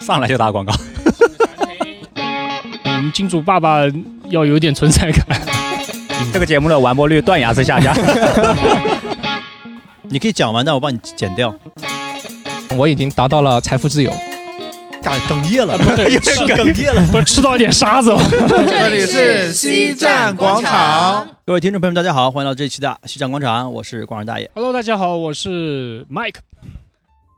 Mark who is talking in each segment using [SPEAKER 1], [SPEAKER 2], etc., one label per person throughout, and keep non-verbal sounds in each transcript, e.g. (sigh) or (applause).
[SPEAKER 1] 上来就打广告。
[SPEAKER 2] 我们嗯金主爸爸要有点存在感。
[SPEAKER 3] (laughs) 嗯
[SPEAKER 1] 这个节目的完播率断崖式下降。
[SPEAKER 3] 你可以讲完，但我帮你剪
[SPEAKER 1] (laughs)
[SPEAKER 3] 掉。
[SPEAKER 4] 我已经达到了财富自由。
[SPEAKER 3] 干哽咽了，
[SPEAKER 2] 对，吃
[SPEAKER 3] 哽咽了。
[SPEAKER 2] 不是吃到一点
[SPEAKER 3] (laughs)
[SPEAKER 2] 沙子吗？
[SPEAKER 5] 这
[SPEAKER 6] 里是西站广场。
[SPEAKER 3] 各位听众朋友们，大家好，欢迎来到这一期的西站广场，我是广场大爷。
[SPEAKER 2] Hello，大家好，我是 Mike。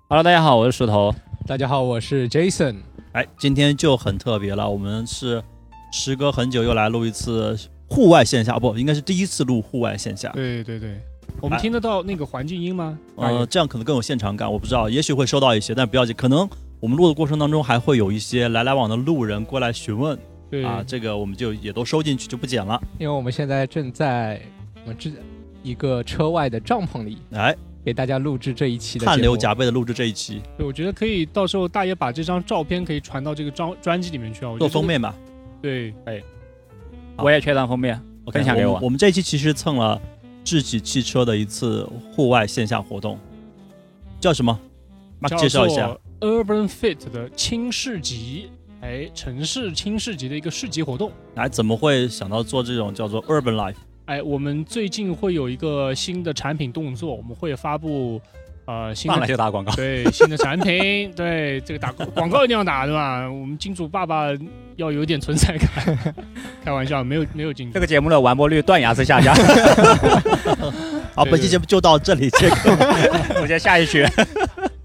[SPEAKER 1] Hello，大家好，我是石头。
[SPEAKER 4] 大家好，我是 Jason。
[SPEAKER 3] 哎，今天就很特别了，我们是时隔很久又来录一次户外线下，不应该是第一次录户外线下。
[SPEAKER 2] 对对对，我们听得到那个环境音吗？
[SPEAKER 1] 哎
[SPEAKER 3] 呃，这样可能更有现场感，我不知道，也许会收到一些，但不要紧，可能我们录的过程当中还会有一些来来往的路人过来询问
[SPEAKER 2] 对
[SPEAKER 3] 啊，这个我们就也都收进去，就不剪了。
[SPEAKER 4] 因为我们现在正在我们这一个车外的帐篷里，
[SPEAKER 3] 哎，
[SPEAKER 4] 给大家录制这一期的
[SPEAKER 3] 汗
[SPEAKER 4] 节
[SPEAKER 3] 流
[SPEAKER 4] 目
[SPEAKER 3] 浃背的录制这一期
[SPEAKER 2] 对，我觉得可以，到时候大爷把这张照片可以传到这个专专辑里面去啊。我觉
[SPEAKER 3] 做
[SPEAKER 2] 得
[SPEAKER 3] 封面吧
[SPEAKER 2] 对，
[SPEAKER 3] 好
[SPEAKER 1] 我也缺张封面，
[SPEAKER 3] ，OK，
[SPEAKER 1] 分享给
[SPEAKER 3] 我
[SPEAKER 1] 我
[SPEAKER 3] 们。我们这一期其实蹭了智己汽车的一次户外线下活动，叫什么？Mark 介绍一下。。
[SPEAKER 2] Urban Fit 的轻市集，哎，城市轻市集的一个市集活动。
[SPEAKER 3] 哎，怎么会想到做这种叫做 urban life？
[SPEAKER 2] 哎，我们最近会有一个新的产品动作，我们会发布呃新
[SPEAKER 1] 上
[SPEAKER 2] 的
[SPEAKER 1] 来就打
[SPEAKER 3] (laughs)
[SPEAKER 1] 广告。
[SPEAKER 2] 对新的产品，对这个打广广告一定要打对吧？我们金主爸爸要有点存在感，
[SPEAKER 3] (laughs)
[SPEAKER 2] 开玩笑，没有没有金主
[SPEAKER 1] 这。个节目的完播率断崖式下降，
[SPEAKER 3] (laughs) 好，
[SPEAKER 2] 对
[SPEAKER 3] 本期节目就到这里，
[SPEAKER 1] (laughs)
[SPEAKER 3] 这个
[SPEAKER 1] 直接下一曲。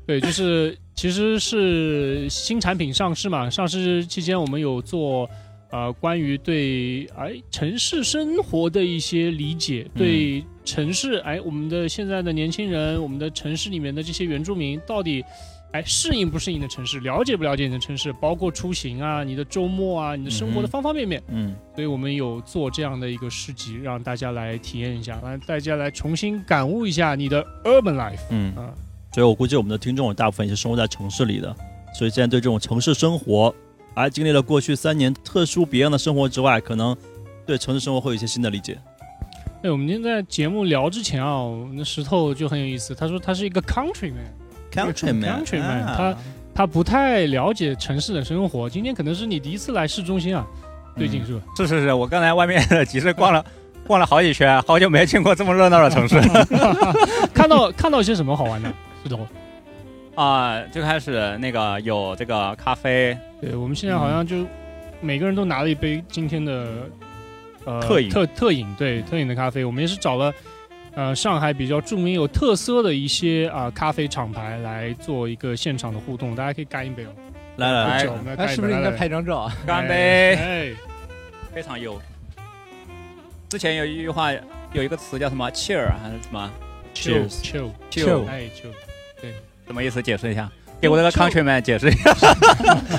[SPEAKER 2] 对，就是其实是新产品上市嘛，上市期间我们有做呃关于对哎城市生活的一些理解，
[SPEAKER 3] 嗯
[SPEAKER 2] 对城市哎我们的现在的年轻人，我们的城市里面的这些原住民到底。哎，适应不适应你的城市，了解不了解你的城市，包括出行啊、你的周末啊、你的生活
[SPEAKER 3] 嗯
[SPEAKER 2] 的
[SPEAKER 3] 哼
[SPEAKER 2] 方方面面，
[SPEAKER 3] 嗯，
[SPEAKER 2] 所以我们有做这样的一个市集，让大家来体验一下，让大家来重新感悟一下你的 urban life
[SPEAKER 3] 嗯
[SPEAKER 2] 啊，
[SPEAKER 3] 所以我估计我们的听众有大部分也是生活在城市里的，所以现在对这种城市生活，哎，经历了过去三年特殊别样的生活之外，可能对城市生活会有一些新的理解。
[SPEAKER 2] 哎，我们今天在节目聊之前啊，我们的石头就很有意思，他说他是一个 country man，
[SPEAKER 3] Countryman，
[SPEAKER 2] Countryman，
[SPEAKER 3] 啊
[SPEAKER 2] 他不太了解城市的生活。今天可能是你第一次来市中心啊，最近
[SPEAKER 3] 嗯
[SPEAKER 2] 是吧？
[SPEAKER 1] 是是是，我刚才外面的集市逛了 (laughs) 逛了好几圈，好久没见过这么热闹的城市
[SPEAKER 3] 嗯
[SPEAKER 2] 看到看到些什么好玩的？石头，
[SPEAKER 1] 啊！最开始那个有这个咖啡，
[SPEAKER 2] 对我们现在好像
[SPEAKER 3] 嗯
[SPEAKER 2] 就每个人都拿了一杯今天的呃
[SPEAKER 1] 特饮
[SPEAKER 2] 特特饮，对特饮的咖啡，我们也是找了。呃，上海比较著名有特色的一些啊、咖啡厂牌来做一个现场的互动，大家可以干一杯哦。
[SPEAKER 3] 来来来，
[SPEAKER 1] 哎
[SPEAKER 2] 酒我们来
[SPEAKER 4] 那
[SPEAKER 2] 干一杯
[SPEAKER 4] 是不是应
[SPEAKER 2] 来
[SPEAKER 4] 该
[SPEAKER 2] 来
[SPEAKER 4] 拍张照啊？
[SPEAKER 1] 干
[SPEAKER 2] 哎
[SPEAKER 1] 杯，
[SPEAKER 2] 哎
[SPEAKER 1] 非常优。之前有一句话，有一个词叫什么 “cheer” 还是什么
[SPEAKER 2] chill
[SPEAKER 3] (laughs) Cheers
[SPEAKER 2] chill
[SPEAKER 4] Chill
[SPEAKER 2] 哎 chill，
[SPEAKER 1] 什么意思？解释一下，给我这个 countryman 解释一下。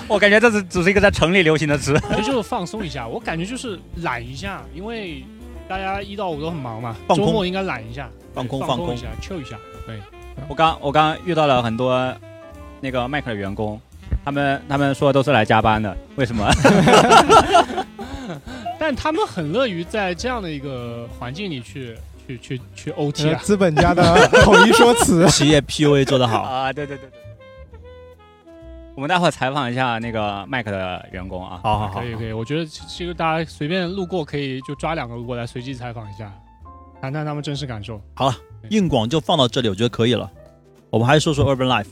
[SPEAKER 1] 我感觉这是只是一个在城里流行的词。
[SPEAKER 2] 其实就是放松一下。我感觉就是懒一下，因为大家一到五都很忙嘛，
[SPEAKER 3] 放
[SPEAKER 2] 周
[SPEAKER 3] 空
[SPEAKER 2] 末应该懒一下，
[SPEAKER 3] 放空
[SPEAKER 2] 对
[SPEAKER 3] 放
[SPEAKER 2] 放
[SPEAKER 3] 空。
[SPEAKER 2] 一下，chill 一下。对，
[SPEAKER 1] 我刚我刚遇到了很多那个麦克的员工，他们他们说都是来加班的，为什么？
[SPEAKER 2] 但他们很乐于在这样的一个环境里去去去去 OT
[SPEAKER 4] 呃
[SPEAKER 2] 啊。
[SPEAKER 4] 资本家的统一说辞 (laughs)
[SPEAKER 3] 企业 PUA 做得
[SPEAKER 1] (laughs)
[SPEAKER 3] 好，
[SPEAKER 1] 啊，对对对对。我们待会儿采访一下那个麦克的员工啊。
[SPEAKER 3] 好好好
[SPEAKER 2] 可，以可以，我觉得这个大家随便路过可以就抓两个过来随机采访一下，谈谈他们真实感受。
[SPEAKER 3] 硬广就放到这里，我觉得可以了。我们还是说说 urban life，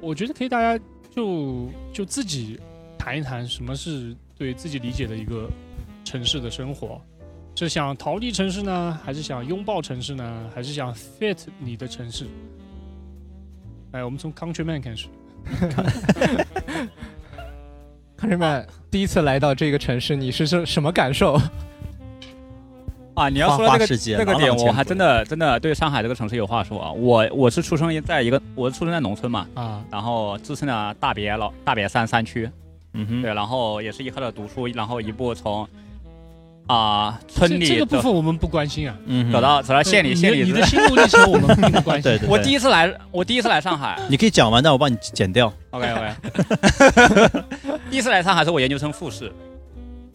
[SPEAKER 2] 我觉得可以，大家就就自己谈一谈什么是对自己理解的一个城市的生活，是想逃离城市呢，还是想拥抱城市呢，还是想 fit 你的城市？哎，我们从 countryman 开始。
[SPEAKER 4] 同学们，第一次来到这个城市，你是什什么感受？
[SPEAKER 1] 啊，你要
[SPEAKER 3] 花
[SPEAKER 1] 说到
[SPEAKER 3] 花
[SPEAKER 1] 这个
[SPEAKER 3] 世界，
[SPEAKER 1] 这个
[SPEAKER 3] 朗
[SPEAKER 1] 点，
[SPEAKER 3] 朗
[SPEAKER 1] 我还
[SPEAKER 3] 乾
[SPEAKER 1] 真
[SPEAKER 3] 坤。
[SPEAKER 1] 的真的对上海这个城市有话说啊。我我是出生在一个，我是出生在农村嘛，
[SPEAKER 2] 啊，
[SPEAKER 1] 然后自称的大别老大别山山区，
[SPEAKER 3] 嗯哼，
[SPEAKER 1] 对，啊然后也是依靠着读书，然后一步从啊
[SPEAKER 2] 这
[SPEAKER 1] 村
[SPEAKER 2] 这
[SPEAKER 1] 里
[SPEAKER 2] 个部
[SPEAKER 1] 走
[SPEAKER 2] 分我们不关心啊，
[SPEAKER 3] 嗯哼
[SPEAKER 1] 走到走到县
[SPEAKER 2] 对
[SPEAKER 1] 里，县
[SPEAKER 2] 你的
[SPEAKER 1] 里
[SPEAKER 2] 你
[SPEAKER 1] 是
[SPEAKER 2] 的心路历程我们并不
[SPEAKER 1] (laughs)
[SPEAKER 2] 关心。
[SPEAKER 3] 对对，
[SPEAKER 1] 我第
[SPEAKER 3] 一，
[SPEAKER 1] 一次来，我第一次来上海。
[SPEAKER 3] 你可以讲完，但我帮你剪掉。
[SPEAKER 1] OK OK，第一 (laughs) 次来上海是我研究生复试，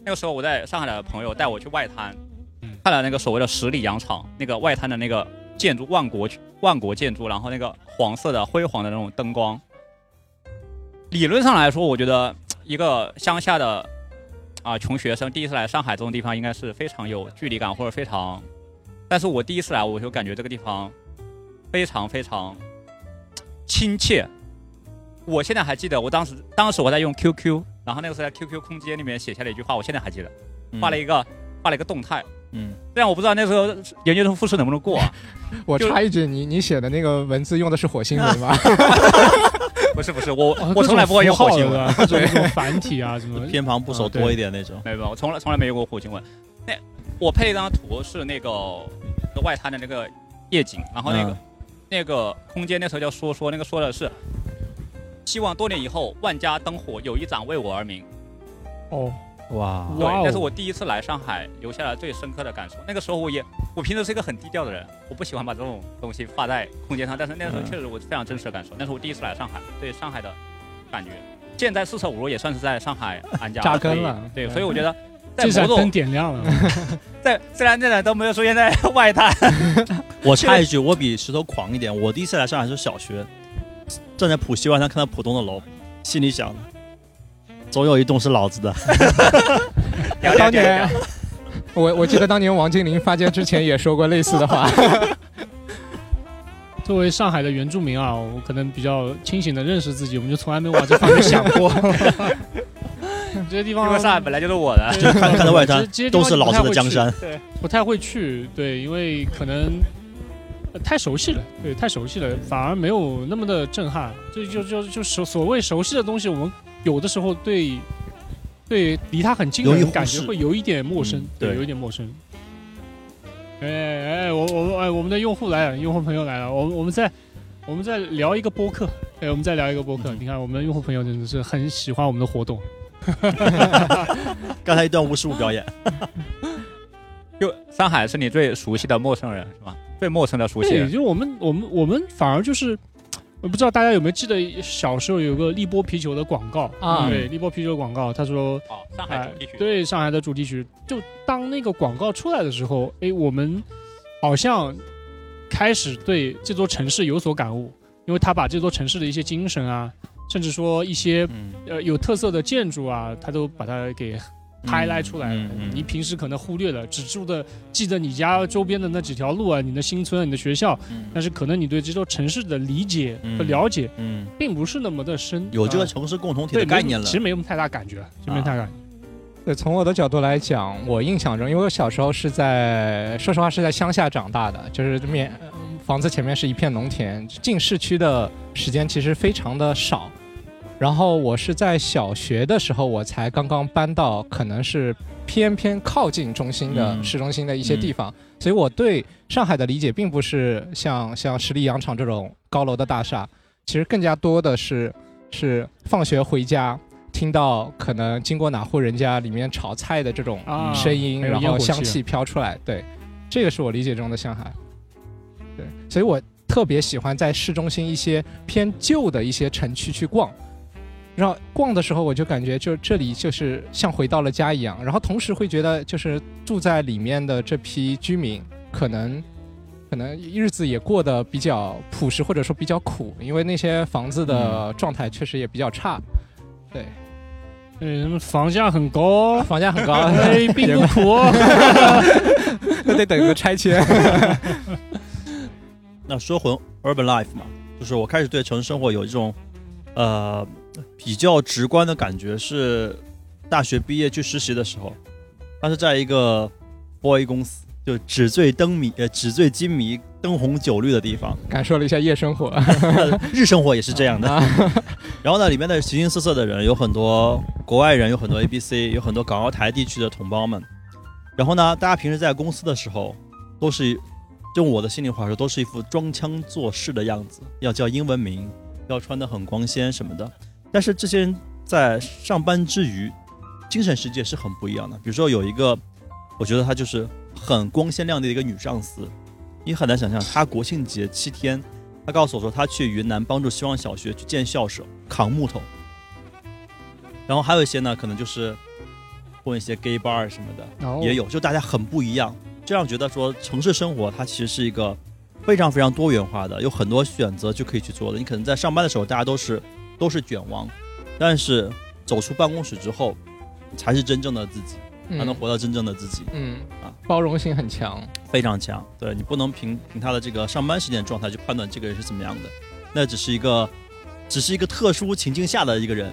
[SPEAKER 1] 那个时候我在上海的朋友带我去外滩
[SPEAKER 2] 嗯，
[SPEAKER 1] 看了那个所谓的十里洋场，那个外滩的那个建筑万国万国建筑，然后那个黄色的辉煌的那种灯光，理论上来说，我觉得一个乡下的啊、穷学生第一次来上海这种地方，应该是非常有距离感或者非常。但是我第一次来，我就感觉这个地方非常非常亲切。我现在还记得，我当时当时我在用 QQ，然后那个时候在 QQ 空间里面写下了一句话，我现在还记得，发了一个发了一个动态。
[SPEAKER 3] 嗯，
[SPEAKER 1] 但我不知道那时候研究生复试能不能过
[SPEAKER 3] (laughs)
[SPEAKER 1] 啊？
[SPEAKER 4] 我
[SPEAKER 1] 就
[SPEAKER 4] 插一句，你你写的那个文字用的是火星文
[SPEAKER 3] 啊
[SPEAKER 4] 吗？
[SPEAKER 1] 不是不是，我
[SPEAKER 2] 哦
[SPEAKER 1] 我从来不会用火星文， (laughs)
[SPEAKER 2] 的，各种各种繁体啊什么
[SPEAKER 3] 嗯，。偏旁部首
[SPEAKER 2] 啊对
[SPEAKER 3] 多一点那种。
[SPEAKER 1] 没有没有，我从来从来没用过火星文。那我配了一张图是那个那外滩的那个夜景，然后那个、
[SPEAKER 3] 嗯
[SPEAKER 1] 那个空间那时候叫说说，那个说的是希望多年以后万家灯火有一盏为我而明。
[SPEAKER 2] 哦，
[SPEAKER 3] 哇
[SPEAKER 1] 对
[SPEAKER 2] 哇哦，
[SPEAKER 1] 那是我第一次来上海留下来最深刻的感受。那个时候我也，我平时是一个很低调的人，我不喜欢把这种东西发在空间上，但是那时候
[SPEAKER 3] 嗯
[SPEAKER 1] 确实我非常真实的感受，那是我第一次来上海对上海的感觉。现在四舍五入也算是在上海安家
[SPEAKER 4] 扎根
[SPEAKER 1] 所以
[SPEAKER 4] 了
[SPEAKER 1] 对，
[SPEAKER 4] 嗯
[SPEAKER 1] 所以我觉得在
[SPEAKER 2] 这
[SPEAKER 1] 某
[SPEAKER 2] 盏
[SPEAKER 1] 种
[SPEAKER 2] 灯点亮了， (laughs)
[SPEAKER 1] 在虽然这两都没有出现在外滩，
[SPEAKER 3] (laughs) 我插一句，我比石头狂一点。我第一次来上海是小学，站在浦西外滩看到浦东的楼，心里想，总有一栋是老子的。
[SPEAKER 4] 当年， (laughs) 我我记得当年王健林发家之前也说过类似的
[SPEAKER 3] (laughs)
[SPEAKER 4] 话。
[SPEAKER 2] 作为上海的原住民啊，我可能比较清醒的认识自己，我们就从来没往这方面想
[SPEAKER 1] (laughs)
[SPEAKER 2] 过。 (laughs) 这些地
[SPEAKER 1] 因
[SPEAKER 2] 方
[SPEAKER 1] 为上海本来就是我的。 (laughs)
[SPEAKER 2] 对
[SPEAKER 3] 看看到外滩
[SPEAKER 2] 这这些地
[SPEAKER 3] 都
[SPEAKER 2] 方
[SPEAKER 3] 是老子的江
[SPEAKER 2] (laughs)
[SPEAKER 3] 山，
[SPEAKER 2] 不太会去，对，因为可能、呃太熟悉了，对，太熟悉了，反而没有那么的震撼。就就就就所所谓熟悉的东西，我们有的时候对对离它很近的
[SPEAKER 3] 容易
[SPEAKER 2] 人
[SPEAKER 3] 忽
[SPEAKER 2] 感觉
[SPEAKER 3] 视
[SPEAKER 2] 会有一点陌生，
[SPEAKER 3] 嗯
[SPEAKER 2] 对，
[SPEAKER 3] 对
[SPEAKER 2] 有一点陌生。哎哎，我我哎，我们的用户来了，用户朋友来了，我们我们在我们在聊一个播客，哎，我们再聊一个播客。
[SPEAKER 3] 嗯
[SPEAKER 2] 你看，我们的用户朋友真的是很喜欢我们的活动，
[SPEAKER 3] 刚才一段无实物表演，
[SPEAKER 1] 就上海是你最熟悉的陌生人是吧？最陌生的熟悉
[SPEAKER 2] 对，
[SPEAKER 1] 人。
[SPEAKER 2] 就我们我们我们反而就是，我不知道大家有没有记得小时候有个立波啤酒的广告
[SPEAKER 3] 嗯
[SPEAKER 4] 啊
[SPEAKER 2] 对，立波啤酒的广告，他说。
[SPEAKER 1] 哦，上海
[SPEAKER 2] 哎
[SPEAKER 1] 主题曲。，
[SPEAKER 2] 对上海的主题曲，就当那个广告出来的时候，哎，我们好像开始对这座城市有所感悟，因为他把这座城市的一些精神啊，甚至说一些
[SPEAKER 3] 嗯，
[SPEAKER 2] 呃有特色的建筑啊，他都把它给 highlight 出来了
[SPEAKER 3] 嗯嗯嗯
[SPEAKER 2] 你平时可能忽略了，只住的记得你家周边的那几条路啊，你的新村、你的学校，但是可能你对这座城市的理解和了解
[SPEAKER 3] 嗯，
[SPEAKER 2] 并不是那么的深，
[SPEAKER 3] 有这
[SPEAKER 2] 啊
[SPEAKER 3] 个城市共同体
[SPEAKER 2] 对
[SPEAKER 3] 的概
[SPEAKER 2] 没
[SPEAKER 3] 念了
[SPEAKER 2] 其。实没什么太大感觉，其实没太大感觉。
[SPEAKER 4] 对，从我的角度来讲，我印象中，因为我小时候是在，说实话是在乡下长大的，就是面呃房子前面是一片农田，进市区的时间其实非常的少。然后我是在小学的时候，我才刚刚搬到可能是偏偏靠近中心的、
[SPEAKER 3] 嗯
[SPEAKER 4] 市中心的一些地方，所以我对上海的理解并不是像像十里洋场这种高楼的大厦，其实更加多的是是放学回家，听到可能经过哪户人家里面炒菜的这种
[SPEAKER 2] 啊
[SPEAKER 4] 声音，
[SPEAKER 2] 还有
[SPEAKER 4] 然
[SPEAKER 2] 烟
[SPEAKER 4] 后
[SPEAKER 2] 火
[SPEAKER 4] 香
[SPEAKER 2] 气啊
[SPEAKER 4] 气飘出来。对，这个是我理解中的上海。对，所以我特别喜欢在市中心一些偏旧的一些城区去逛。然后逛的时候，我就感觉就这里就是像回到了家一样，然后同时会觉得就是住在里面的这批居民可能可能日子也过得比较朴实，或者说比较苦，因为那些房子的状态确实也比较差。 (laughs) 对，
[SPEAKER 2] 嗯，什么房价很高，哦
[SPEAKER 4] 房价很高，
[SPEAKER 2] 哎，并不苦。
[SPEAKER 4] 那得等个拆迁。
[SPEAKER 3] 那说回 urban life 嘛，就是我开始对城市生活有一种，呃，比较直观的感觉是大学毕业去实习的时候，当时在一个 boy 公司，就纸醉灯迷，呃，纸醉金迷、灯红酒绿的地方，
[SPEAKER 4] 感受了一下夜
[SPEAKER 3] (laughs)
[SPEAKER 4] 生活，
[SPEAKER 3] 日生活也是这样的。
[SPEAKER 4] 啊
[SPEAKER 3] 然后呢，里面的形形色色的人有很多国外人，有很多 A B C，有很多港澳台地区的同胞们。然后呢，大家平时在公司的时候，都是用我的心里话说，都是一副装腔作势的样子，要叫英文名，要穿得很光鲜什么的。但是这些人在上班之余，精神世界是很不一样的。比如说有一个，我觉得她就是很光鲜亮丽的一个女上司，你很难想象她国庆节七天，她告诉我说她去云南帮助希望小学去建校舍，扛木头。然后还有一些呢，可能就是混一些 gay bar 什么的，
[SPEAKER 2] 然
[SPEAKER 4] 哦
[SPEAKER 2] 后
[SPEAKER 3] 也有，就大家很不一样。这样觉得说，城市生活它其实是一个非常非常多元化的，有很多选择就可以去做的。你可能在上班的时候，大家都是都是卷王，但是走出办公室之后，才是真正的自己，
[SPEAKER 4] 嗯
[SPEAKER 3] 才能活到真正的自己，
[SPEAKER 4] 嗯
[SPEAKER 3] 啊，
[SPEAKER 4] 包容性很强，
[SPEAKER 3] 非常强。对你不能凭凭他的这个上班时间状态去判断这个人是怎么样的，那只是一个，只是一个特殊情境下的一个人，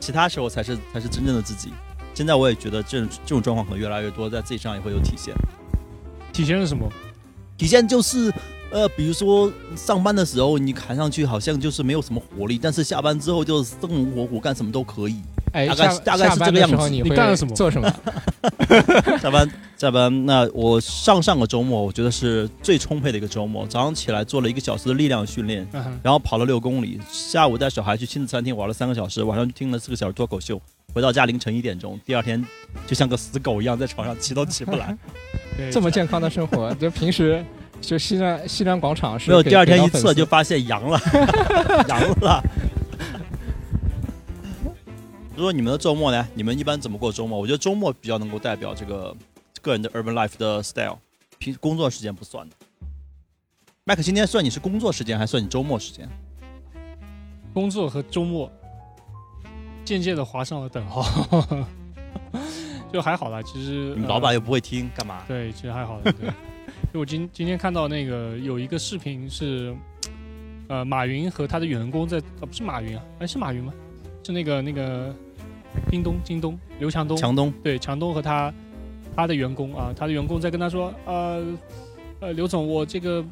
[SPEAKER 3] 其他时候才是才是真正的自己。现在我也觉得这种这种状况可能越来越多，在自己上也会有体现。
[SPEAKER 2] 体现了什么？
[SPEAKER 3] 体现就是，呃，比如说上班的时候你看上去好像就是没有什么活力，但是下班之后就生龙活虎，干什么都可以。
[SPEAKER 4] 哎，
[SPEAKER 3] 大概
[SPEAKER 4] 下
[SPEAKER 3] 大概是
[SPEAKER 4] 下班
[SPEAKER 3] 这个
[SPEAKER 4] 的
[SPEAKER 3] 样子
[SPEAKER 4] 时候你
[SPEAKER 2] 你
[SPEAKER 4] 会
[SPEAKER 2] 干了什么 (laughs)
[SPEAKER 4] 做什么？
[SPEAKER 3] 下班 (laughs) 下班，那我上上个周末我觉得是最充沛的一个周末，早上起来做了一个小时的力量训练，
[SPEAKER 2] 嗯哼，
[SPEAKER 3] 然后跑了六公里，下午带小孩去亲子餐厅玩了三个小时，晚上听了四个小时脱口秀，回到家凌晨一点钟，第二天就像个死狗一样在床上起都起不
[SPEAKER 4] (laughs)
[SPEAKER 3] 来。
[SPEAKER 2] 对
[SPEAKER 4] 这么健康的生
[SPEAKER 2] (laughs)
[SPEAKER 4] 活，就平时就西站西站广场是
[SPEAKER 3] 没有，
[SPEAKER 4] 给
[SPEAKER 3] 第二天
[SPEAKER 4] 给
[SPEAKER 3] 一
[SPEAKER 4] 到粉
[SPEAKER 3] 测就
[SPEAKER 4] 丝
[SPEAKER 3] 发现阳了， (laughs) 阳了。如果你们的周末呢？你们一般怎么过周末？我觉得周末比较能够代表这个个人的 urban life 的 style，平工作时间不算的。麦克，今天算你是工作时间，还算你周末时间？
[SPEAKER 2] 工作和周末渐渐的划上了等号， (laughs) 就还好啦。其实
[SPEAKER 3] 你们老板
[SPEAKER 2] 呃
[SPEAKER 3] 又不会听，干嘛？
[SPEAKER 2] 对，其实还好的。对， (laughs) 就我今今天看到那个有一个视频是，呃，马云和他的员工在，啊、不是马云啊，哎是马云吗？是那个那个京东京东刘强东
[SPEAKER 3] 强东，
[SPEAKER 2] 对强东和他他的员工啊，他的员工在跟他说，呃呃，刘总，我这个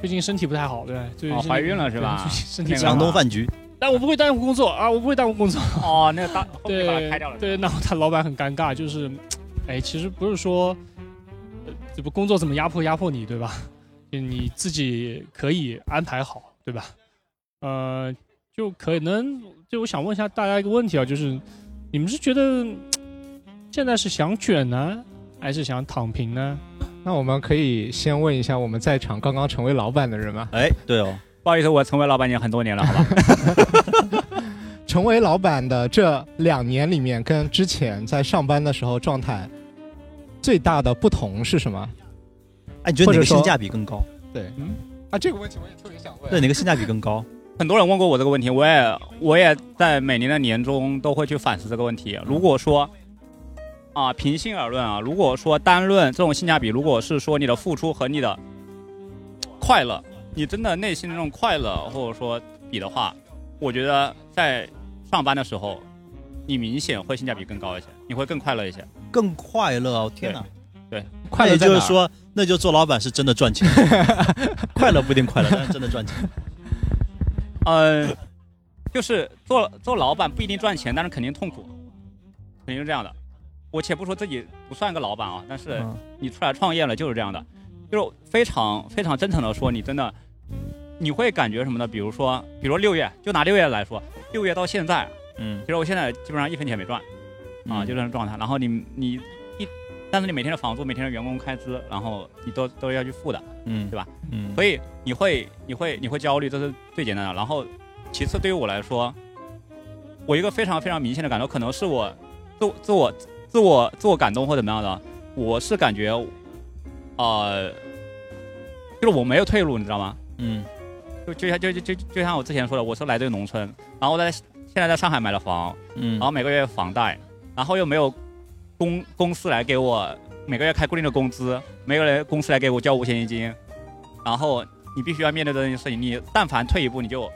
[SPEAKER 2] 最近身体不太好，对，最近
[SPEAKER 1] 哦怀孕了是吧
[SPEAKER 2] 对最近身体
[SPEAKER 1] 那
[SPEAKER 3] 强
[SPEAKER 2] 不太
[SPEAKER 1] 个
[SPEAKER 2] 好
[SPEAKER 3] 东饭局，
[SPEAKER 2] 但我不会耽误工作啊，我不会耽误工作。
[SPEAKER 1] 哦，那个大后面
[SPEAKER 2] 对
[SPEAKER 1] 把它开掉了。
[SPEAKER 2] 对，然后他老板很尴尬，就是，哎，其实不是说，呃这不工作怎么压迫压迫你，对吧？就你自己可以安排好，对吧？呃，就可能就我想问一下大家一个问题啊，就是你们是觉得现在是想卷呢，还是想躺平呢？
[SPEAKER 4] 那我们可以先问一下我们在场刚刚成为老板的人吗？
[SPEAKER 3] 哎，对哦，
[SPEAKER 1] 不好意思，我成为老板已经很多年了，好吧？
[SPEAKER 4] 成为老板的这两年里面，跟之前在上班的时候状态最大的不同是什么？
[SPEAKER 3] 哎，你觉得哪
[SPEAKER 4] 或者
[SPEAKER 3] 个
[SPEAKER 4] 说
[SPEAKER 3] 性价比更高？
[SPEAKER 4] 对，
[SPEAKER 2] 嗯
[SPEAKER 4] 啊，这个问题我也特别想问。
[SPEAKER 3] 对，哪个性价比更高？
[SPEAKER 1] 很多人问过我这个问题，我也我也在每年的年终都会去反思这个问题。如果说啊，平心而论啊，如果说单论这种性价比，如果是说你的付出和你的快乐，你真的内心的那种快乐，或者说比的话，我觉得在上班的时候，你明显会性价比更高一些，你会更快乐一些。
[SPEAKER 3] (laughs) 更快乐哦！天哪，
[SPEAKER 4] 快
[SPEAKER 3] 那
[SPEAKER 4] 乐
[SPEAKER 3] 也
[SPEAKER 4] 在
[SPEAKER 3] 就是
[SPEAKER 4] 哪儿，
[SPEAKER 3] 说，那就做老板是真的赚钱， (laughs) 快乐不一定快乐，但是真的赚钱。
[SPEAKER 1] 嗯，就是做做老板不一定赚钱，但是肯定痛苦，肯定是这样的。我且不说自己不算个老板啊，但是
[SPEAKER 3] 嗯
[SPEAKER 1] 你出来创业了就是这样的，就是非常非常真诚的说，你真的你会感觉什么呢？比如说，比如说六月，就拿六月来说，六月到现在，
[SPEAKER 3] (laughs) 嗯
[SPEAKER 1] 其实我现在基本上一分钱没赚啊，就这种状态。然后你你一，但是你每天的房租、每天的员工开支，然后你都都要去付的。
[SPEAKER 3] 嗯，
[SPEAKER 1] 对吧？
[SPEAKER 3] 嗯，
[SPEAKER 1] 所以你会你会你会焦虑，这是最简单的。然后其次对于我来说，我一个非常非常明显的感受，可能是我自自我自我自我感动或怎么样的，我是感觉，呃，就是我没有退路，你知道吗？
[SPEAKER 3] 嗯
[SPEAKER 1] 就就像就就就就像我之前说的，我是来自于农村，然后在现在在上海买了房，
[SPEAKER 3] 嗯
[SPEAKER 1] 然后每个月房贷，然后又没有公公司来给我每个月开固定的工资，没有人公司来给我交五险一金，然后你必须要面对这件事情，你但凡退一步，你就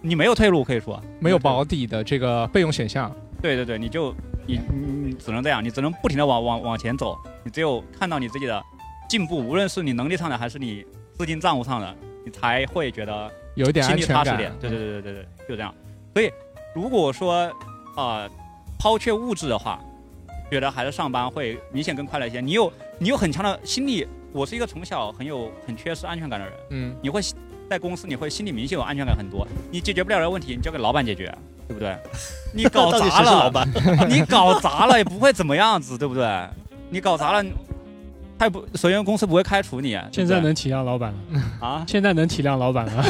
[SPEAKER 1] 你没有退路，可以说
[SPEAKER 4] 没有保底的这个备用选项。
[SPEAKER 1] 对对对，你就你你你只能这样，你只能不停的往往往前走，你只有看到你自己的进步，无论是你能力上的还是你资金账户上的，你才会觉得
[SPEAKER 4] 有一点
[SPEAKER 1] 心
[SPEAKER 4] 安
[SPEAKER 1] 里
[SPEAKER 4] 全
[SPEAKER 1] 踏
[SPEAKER 4] 感，
[SPEAKER 1] 实点。对对对对对对，就这样。所以如果说啊、呃抛却物质的话，觉得还是上班会明显更快乐一些。你有你有很强的心理，我是一个从小很有很缺失安全感的人，
[SPEAKER 4] 嗯，
[SPEAKER 1] 你会在公司你会心里明显有安全感很多。你解决不了的问题，你交给老板解决，对不对？你
[SPEAKER 3] (laughs)
[SPEAKER 1] 搞
[SPEAKER 3] 到底
[SPEAKER 1] 砸
[SPEAKER 3] 谁是
[SPEAKER 1] 了
[SPEAKER 3] 老，板？
[SPEAKER 1] (laughs) 你搞砸了也不会怎么样子，对不对？你搞砸了。他也不，首先公司不会开除你。啊对
[SPEAKER 2] 现
[SPEAKER 1] 不
[SPEAKER 2] 在
[SPEAKER 1] 对
[SPEAKER 2] 能体谅老板了，
[SPEAKER 1] 啊，
[SPEAKER 2] 现在能体谅老板了。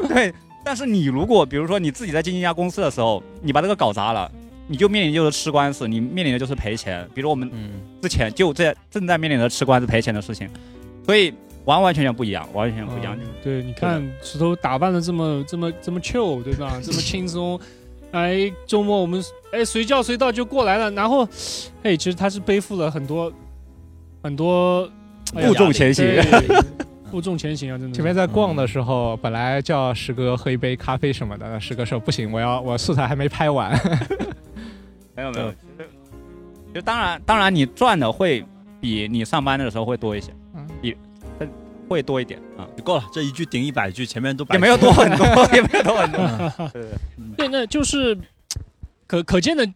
[SPEAKER 1] (laughs) 对，但是你如果比如说你自己在经营一家公司的时候，你把这个搞砸了，你就面临就是吃官司，你面临的就是赔钱。比如我们
[SPEAKER 3] 嗯
[SPEAKER 1] 之前就在正在面临着吃官司赔钱的事情，所以完完全全不一样，完完全全不一样。
[SPEAKER 2] 嗯对，你看石头打扮的这么这么这么 chill，对吧？这么轻松。哎，周末我们哎随叫随到就过来了，然后，哎，其实他是背负了很多很多哎呀
[SPEAKER 1] 负重前行，
[SPEAKER 2] 对负重前行啊，真的是。
[SPEAKER 4] 前面在逛的时候，本来叫石哥喝一杯咖啡什么的，石哥说不行，我要我素材还没拍完。
[SPEAKER 1] (laughs) 没有没有，其实其实当然当然你赚的会比你上班的时候会多一些
[SPEAKER 4] 嗯，
[SPEAKER 1] 比会多一点啊，
[SPEAKER 3] 就够了，这一句顶一百句，前面都白
[SPEAKER 1] 也没有多很多，也没有多很多。对
[SPEAKER 2] 对，那就是可可见的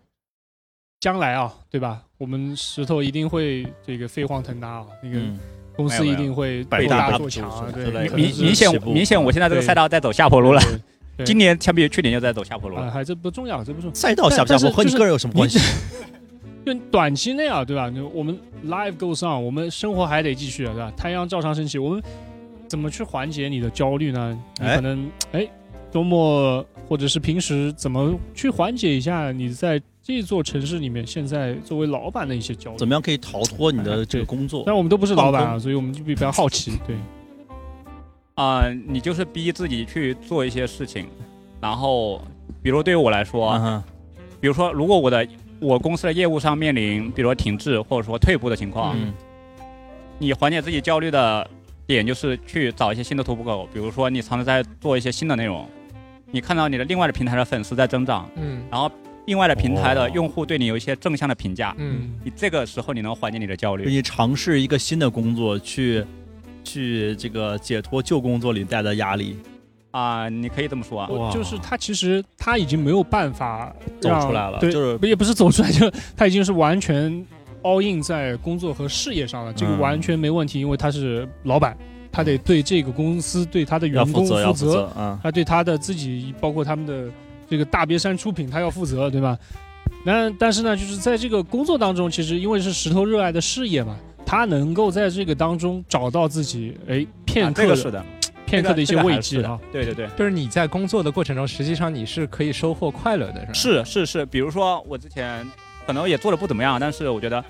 [SPEAKER 2] 将来啊，对吧？我们石头一定会这个飞黄腾达啊，那个
[SPEAKER 3] 嗯，
[SPEAKER 2] 公司一定会
[SPEAKER 3] 没有没有
[SPEAKER 2] 做
[SPEAKER 3] 百大
[SPEAKER 2] 做强啊，
[SPEAKER 3] 不
[SPEAKER 2] (laughs) 对
[SPEAKER 3] 是之类，的
[SPEAKER 2] 可能
[SPEAKER 1] 明
[SPEAKER 2] 是
[SPEAKER 1] 明
[SPEAKER 3] 起
[SPEAKER 1] 显
[SPEAKER 3] 步
[SPEAKER 1] 明显，我现在这个
[SPEAKER 2] 对
[SPEAKER 1] 赛道在走下坡路了。
[SPEAKER 2] 对
[SPEAKER 1] 今年相比于去年就在走下坡路
[SPEAKER 2] 啊，
[SPEAKER 1] 了。
[SPEAKER 2] 还这不重要，这不重
[SPEAKER 3] (laughs)
[SPEAKER 2] 要。
[SPEAKER 3] 赛道下不下
[SPEAKER 2] 但但是
[SPEAKER 3] 坡和你
[SPEAKER 2] 就是
[SPEAKER 3] 个人有什么关系？
[SPEAKER 2] 就短期内啊，对吧？就我们 life goes on，我们生活还得继续，对吧？太阳照常升起，我们怎么去缓解你的焦虑呢？你
[SPEAKER 3] 哎 (laughs)
[SPEAKER 2] 可能哎，周末或者是平时怎么去缓解一下你在这座城市里面现在作为老板的一些焦虑？
[SPEAKER 3] 怎么样可以逃脱你的这个工作
[SPEAKER 2] 虽？然我们都不是老板啊，所以我们就比较好奇，对，
[SPEAKER 1] 啊、你就是逼自己去做一些事情，然后比如对于我来说，
[SPEAKER 3] 嗯哼，
[SPEAKER 1] 比如说如果我的我公司的业务上面临比如说停滞或者说退步的情况，
[SPEAKER 3] 嗯
[SPEAKER 1] 你缓解自己焦虑的点就是去找一些新的突破口，比如说你尝试在做一些新的内容，你看到你的另外的平台的粉丝在增长，
[SPEAKER 4] 嗯
[SPEAKER 1] 另外的平台的
[SPEAKER 3] 哦
[SPEAKER 1] 用户对你有一些正向的评价，
[SPEAKER 4] 嗯，
[SPEAKER 1] 你这个时候你能缓解你的焦
[SPEAKER 3] 就
[SPEAKER 1] 虑。
[SPEAKER 3] 你尝试一个新的工作，去去这个解脱旧工作里带来的压力，
[SPEAKER 1] 啊、你可以这么说啊，
[SPEAKER 3] 哇
[SPEAKER 2] 我就是他其实他已经没有办法
[SPEAKER 3] 走
[SPEAKER 2] 让
[SPEAKER 3] 出来了，
[SPEAKER 2] 对，
[SPEAKER 3] 就是
[SPEAKER 2] 不也不是走出来，就他已经是完全 all in 在工作和事业上了，这个
[SPEAKER 3] 嗯
[SPEAKER 2] 完全没问题，因为他是老板，他得对这个公司、对他的员
[SPEAKER 3] 要
[SPEAKER 2] 工
[SPEAKER 3] 负责，要
[SPEAKER 2] 负
[SPEAKER 3] 负责啊。
[SPEAKER 2] 他对他的自己，包括他们的这个大别山出品，他要负责，对吧？那但是呢，就是在这个工作当中，其实因为是石头热爱的事业嘛，他能够在这个当中找到自己哎片
[SPEAKER 1] 啊
[SPEAKER 2] 刻
[SPEAKER 1] 这
[SPEAKER 2] 的、
[SPEAKER 1] 个是的，
[SPEAKER 2] 片刻的一些
[SPEAKER 1] 这个
[SPEAKER 2] 慰
[SPEAKER 1] 还是
[SPEAKER 2] 藉
[SPEAKER 1] 的
[SPEAKER 2] 啊。
[SPEAKER 1] 对对对。
[SPEAKER 4] 就是你在工作的过程中，实际上你是可以收获快乐的，是吧？
[SPEAKER 1] 是是是，比如说我之前可能也做的不怎么样，但是我觉得，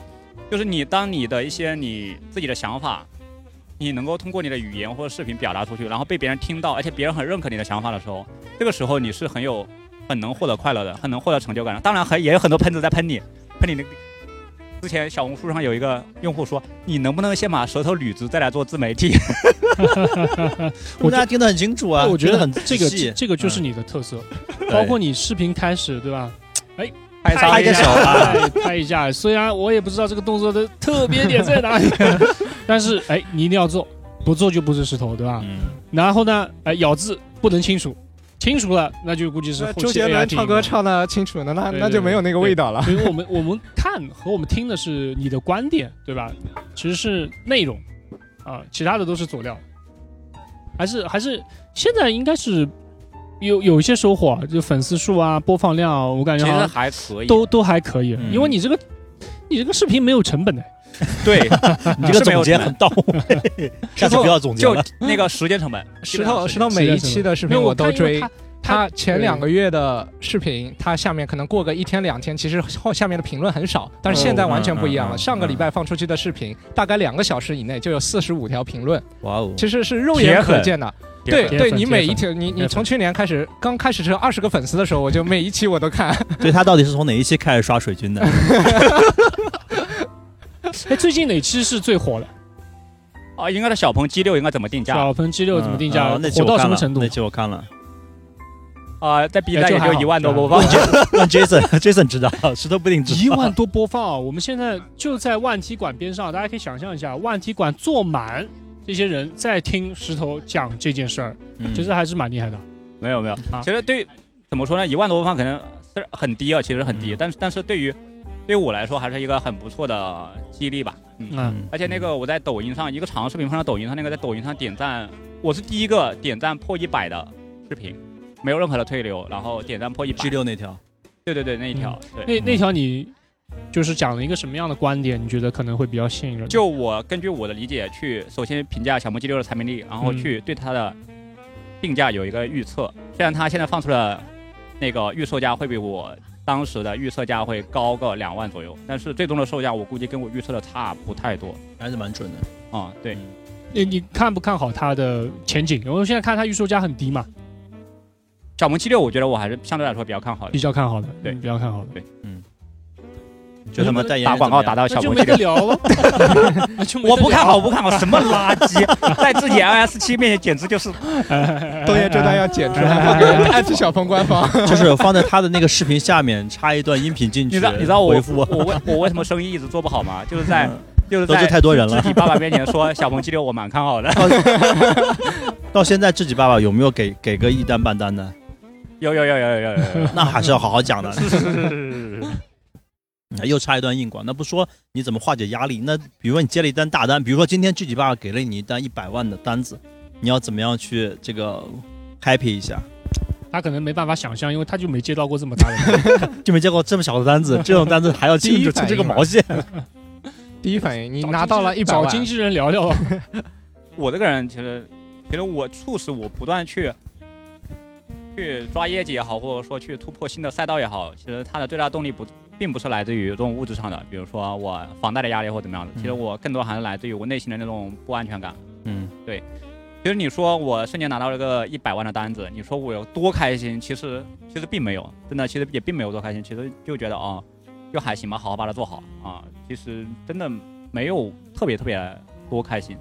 [SPEAKER 1] 就是你当你的一些你自己的想法，你能够通过你的语言或者视频表达出去，然后被别人听到，而且别人很认可你的想法的时候，这个时候你是很有很能获得快乐的，很能获得成就感的。当然还也有很多喷子在喷你，喷你那个。之前小红书上有一个用户说：“你能不能先把舌头捋直再来做自媒体
[SPEAKER 2] 我
[SPEAKER 3] 大家听得很清楚啊，
[SPEAKER 2] 我觉得
[SPEAKER 3] 很
[SPEAKER 2] 这个
[SPEAKER 3] 仔细
[SPEAKER 2] 这个就是
[SPEAKER 3] 嗯
[SPEAKER 2] 你的特色，
[SPEAKER 4] 哎
[SPEAKER 3] 对
[SPEAKER 2] 包括你视频开始，对吧？？”
[SPEAKER 1] 拍
[SPEAKER 2] 拍
[SPEAKER 1] 一
[SPEAKER 2] 一个
[SPEAKER 1] 下
[SPEAKER 2] 手
[SPEAKER 3] 啊，
[SPEAKER 2] 哎，拍一下。虽然我也不知道这个动作的特别点在
[SPEAKER 4] (laughs)
[SPEAKER 2] 哪里，但是哎，你一定要做，不做就不是石头，对吧？
[SPEAKER 3] 嗯，
[SPEAKER 2] 然后呢，哎，咬字不能清楚，清楚了那就估计是
[SPEAKER 4] 那
[SPEAKER 2] 后期
[SPEAKER 4] 周杰
[SPEAKER 2] AI
[SPEAKER 4] 伦
[SPEAKER 2] 听
[SPEAKER 4] 唱歌
[SPEAKER 2] 的。
[SPEAKER 4] 唱的清楚，那那
[SPEAKER 2] 对
[SPEAKER 4] 那就没有那个味道了。
[SPEAKER 2] 所以我们我们看和我们听的是你的观点，对吧？其实是内容啊、其他的都是佐料。还是还是现在应该是有有一些收获啊，就粉丝数啊、播放量啊，
[SPEAKER 3] (laughs)
[SPEAKER 2] 我感觉
[SPEAKER 1] 其
[SPEAKER 2] 好
[SPEAKER 1] 实
[SPEAKER 2] 像
[SPEAKER 1] 还可以。
[SPEAKER 2] 都都还可以，
[SPEAKER 3] 嗯
[SPEAKER 2] 因为你这个你这个视频没有成本的，
[SPEAKER 1] 对，
[SPEAKER 3] (laughs) 你这个
[SPEAKER 1] 是没有
[SPEAKER 3] 总结
[SPEAKER 1] 成
[SPEAKER 3] 很到位， (laughs) 下次不要总结
[SPEAKER 1] 就
[SPEAKER 3] 了。
[SPEAKER 1] 那个时间成本，
[SPEAKER 4] 石头石
[SPEAKER 1] 基
[SPEAKER 4] 头
[SPEAKER 1] 本上
[SPEAKER 4] 每一期的视
[SPEAKER 2] 没
[SPEAKER 4] 频
[SPEAKER 2] 有
[SPEAKER 4] 我都
[SPEAKER 2] 看因为
[SPEAKER 4] 追
[SPEAKER 2] 它，
[SPEAKER 4] 他前
[SPEAKER 2] 对
[SPEAKER 4] 两个月的视频，他下面可能过个一天两天，其实后下面的评论很少，但是现在完全不一样
[SPEAKER 3] 嗯嗯
[SPEAKER 4] 了。
[SPEAKER 3] 嗯
[SPEAKER 4] 上个礼拜放出去的视频，大概两个小时以内就有四十五条评论，
[SPEAKER 3] 哇哦，
[SPEAKER 4] 其实是肉
[SPEAKER 1] 铁
[SPEAKER 4] 眼
[SPEAKER 1] 粉
[SPEAKER 4] 可见的。
[SPEAKER 1] 是
[SPEAKER 4] 对
[SPEAKER 2] 铁
[SPEAKER 4] 对，
[SPEAKER 2] 粉
[SPEAKER 4] 你
[SPEAKER 2] 铁
[SPEAKER 4] 每一
[SPEAKER 2] 粉
[SPEAKER 4] 条，你
[SPEAKER 2] 铁
[SPEAKER 4] 你
[SPEAKER 2] 粉
[SPEAKER 4] 从去年开始，刚开始是二十个粉丝的时候，我就每一期我都看。
[SPEAKER 3] 对他到底是从哪一期开始刷水军的？
[SPEAKER 2] 哎，最近哪期是最火的？
[SPEAKER 1] 啊，应该是小鹏 G 六应该怎么定价？
[SPEAKER 2] 小鹏 G 六怎么定
[SPEAKER 3] 嗯
[SPEAKER 2] 价？
[SPEAKER 3] 嗯那期
[SPEAKER 2] 火
[SPEAKER 3] 我
[SPEAKER 2] 到
[SPEAKER 3] 看
[SPEAKER 2] 什么
[SPEAKER 3] 了
[SPEAKER 2] 程度
[SPEAKER 3] 那？期我看了，哦
[SPEAKER 1] 啊，在 B
[SPEAKER 4] 哎
[SPEAKER 1] 站
[SPEAKER 4] 就
[SPEAKER 1] 也
[SPEAKER 4] 还
[SPEAKER 1] 就
[SPEAKER 4] 好
[SPEAKER 1] 一万多
[SPEAKER 4] 这
[SPEAKER 1] 播
[SPEAKER 4] 还
[SPEAKER 3] 嗯
[SPEAKER 1] 放，
[SPEAKER 3] 问 (laughs) Jason，Jason 知道，石头不一定
[SPEAKER 1] (laughs)
[SPEAKER 3] 知道。
[SPEAKER 2] 一万多播放啊！我们现在就在万体馆边上，大家可以想象一下，万体馆坐满这些人在听石头讲这件事儿，
[SPEAKER 3] 嗯，
[SPEAKER 2] 其实还是啊蛮厉害的。
[SPEAKER 1] 没有没有
[SPEAKER 2] 啊。
[SPEAKER 1] 其实对于怎么说呢，一万多播放可能是很低啊，其实很低，
[SPEAKER 3] 嗯
[SPEAKER 1] 但是但是对于对于我来说还是一个很不错的激励吧。嗯，
[SPEAKER 2] 嗯，
[SPEAKER 1] 而且那个我在抖音上一个长视频放到抖音上，那个在抖音上点赞，我是第一个点赞破一百的视频，没有任何的退流，然后点赞破一百
[SPEAKER 3] G，六那条，
[SPEAKER 1] 对对对，那一条对。
[SPEAKER 2] 那
[SPEAKER 3] 嗯
[SPEAKER 2] 那条你就是讲了一个什么样的观点？你觉得可能会比较吸引人？
[SPEAKER 1] 就我根据我的理解去，首先评价小鹏 G 六的产品力，然后
[SPEAKER 2] 嗯
[SPEAKER 1] 去对它的定价有一个预测。虽然它现在放出了那个预售价会比我当时的预测价会高个两万左右，但是最终的售价我估计跟我预测的差不太多。
[SPEAKER 3] 还是蛮准的。
[SPEAKER 1] 啊、对
[SPEAKER 3] 嗯，
[SPEAKER 2] 你你看不看好它的前景？我现在看它预售价很低嘛，
[SPEAKER 1] 小鹏 G 六，我觉得我还是相对来说比较看好的
[SPEAKER 2] 比。较看好的，
[SPEAKER 1] 对
[SPEAKER 2] 比较看好的。
[SPEAKER 3] 就他们代言人
[SPEAKER 1] 打广告
[SPEAKER 3] 怎么
[SPEAKER 1] 打
[SPEAKER 3] 样
[SPEAKER 2] 那
[SPEAKER 1] 到小
[SPEAKER 2] 就
[SPEAKER 1] 鹏
[SPEAKER 2] 没
[SPEAKER 1] G
[SPEAKER 2] 得
[SPEAKER 1] 六，
[SPEAKER 2] 聊
[SPEAKER 1] (laughs)
[SPEAKER 2] 了，那就没得
[SPEAKER 1] 我不看
[SPEAKER 2] 聊
[SPEAKER 1] 好，
[SPEAKER 2] 了
[SPEAKER 1] 我不看好，什么垃圾，在
[SPEAKER 2] (laughs)
[SPEAKER 1] 自己 LS 七面前简直就是
[SPEAKER 2] 哎
[SPEAKER 4] (laughs) 东野这段要剪出来，放给爱知 (laughs) 小鹏官方。
[SPEAKER 3] 就是放在他的那个视频下面插一段音频进去。啊
[SPEAKER 1] 你知道你知道我
[SPEAKER 3] 回复
[SPEAKER 1] 我我为我为什么生意一直做不好吗？就是在就是
[SPEAKER 3] 得
[SPEAKER 1] 在
[SPEAKER 3] 罪嗯太多人了
[SPEAKER 1] 自。己爸爸面前说小鹏 G 六我蛮看好的，
[SPEAKER 3] 到现在自己爸爸有没有给给个一单半单的？
[SPEAKER 1] 有有有有有有有有，
[SPEAKER 3] 那还是要好好讲的。
[SPEAKER 1] (laughs)
[SPEAKER 3] 哎
[SPEAKER 1] 是是是是是是，
[SPEAKER 3] 又插一段硬广，那不说你怎么化解压力？那比如说你接了一单大单，比如说今天自己爸爸给了你一单一百万的单子，你要怎么样去这个 happy 一下？
[SPEAKER 2] 他可能没办法想象，因为他就没接到过这么大
[SPEAKER 1] (laughs)
[SPEAKER 2] 的。
[SPEAKER 3] 就没接过这么小的单子，这种单子还要
[SPEAKER 4] 第
[SPEAKER 3] 庆
[SPEAKER 4] 一
[SPEAKER 3] 祝
[SPEAKER 4] 反
[SPEAKER 3] 出这个
[SPEAKER 4] 应
[SPEAKER 3] 毛线？
[SPEAKER 4] 第一反应，你拿到了一百
[SPEAKER 2] 找
[SPEAKER 4] 万，
[SPEAKER 2] 经纪人聊聊吧，
[SPEAKER 1] 我这个人其实其实我促使我不断去去抓业绩也好，或者说去突破新的赛道也好，其实它的最大动力不并不是来自于这种物质上的，比如说我房贷的压力或怎么样的，其实
[SPEAKER 3] 嗯
[SPEAKER 1] 我更多还是来自于我内心的那种不安全感。
[SPEAKER 3] (laughs) 嗯，
[SPEAKER 1] 其实你说我瞬间拿到了个一百万的单子，你说我有多开心？其实其实并没有，真的其实也并没有多开心，其实就觉得啊，就还行吧，好好把它做好啊。其实真的没有特别特别多开心，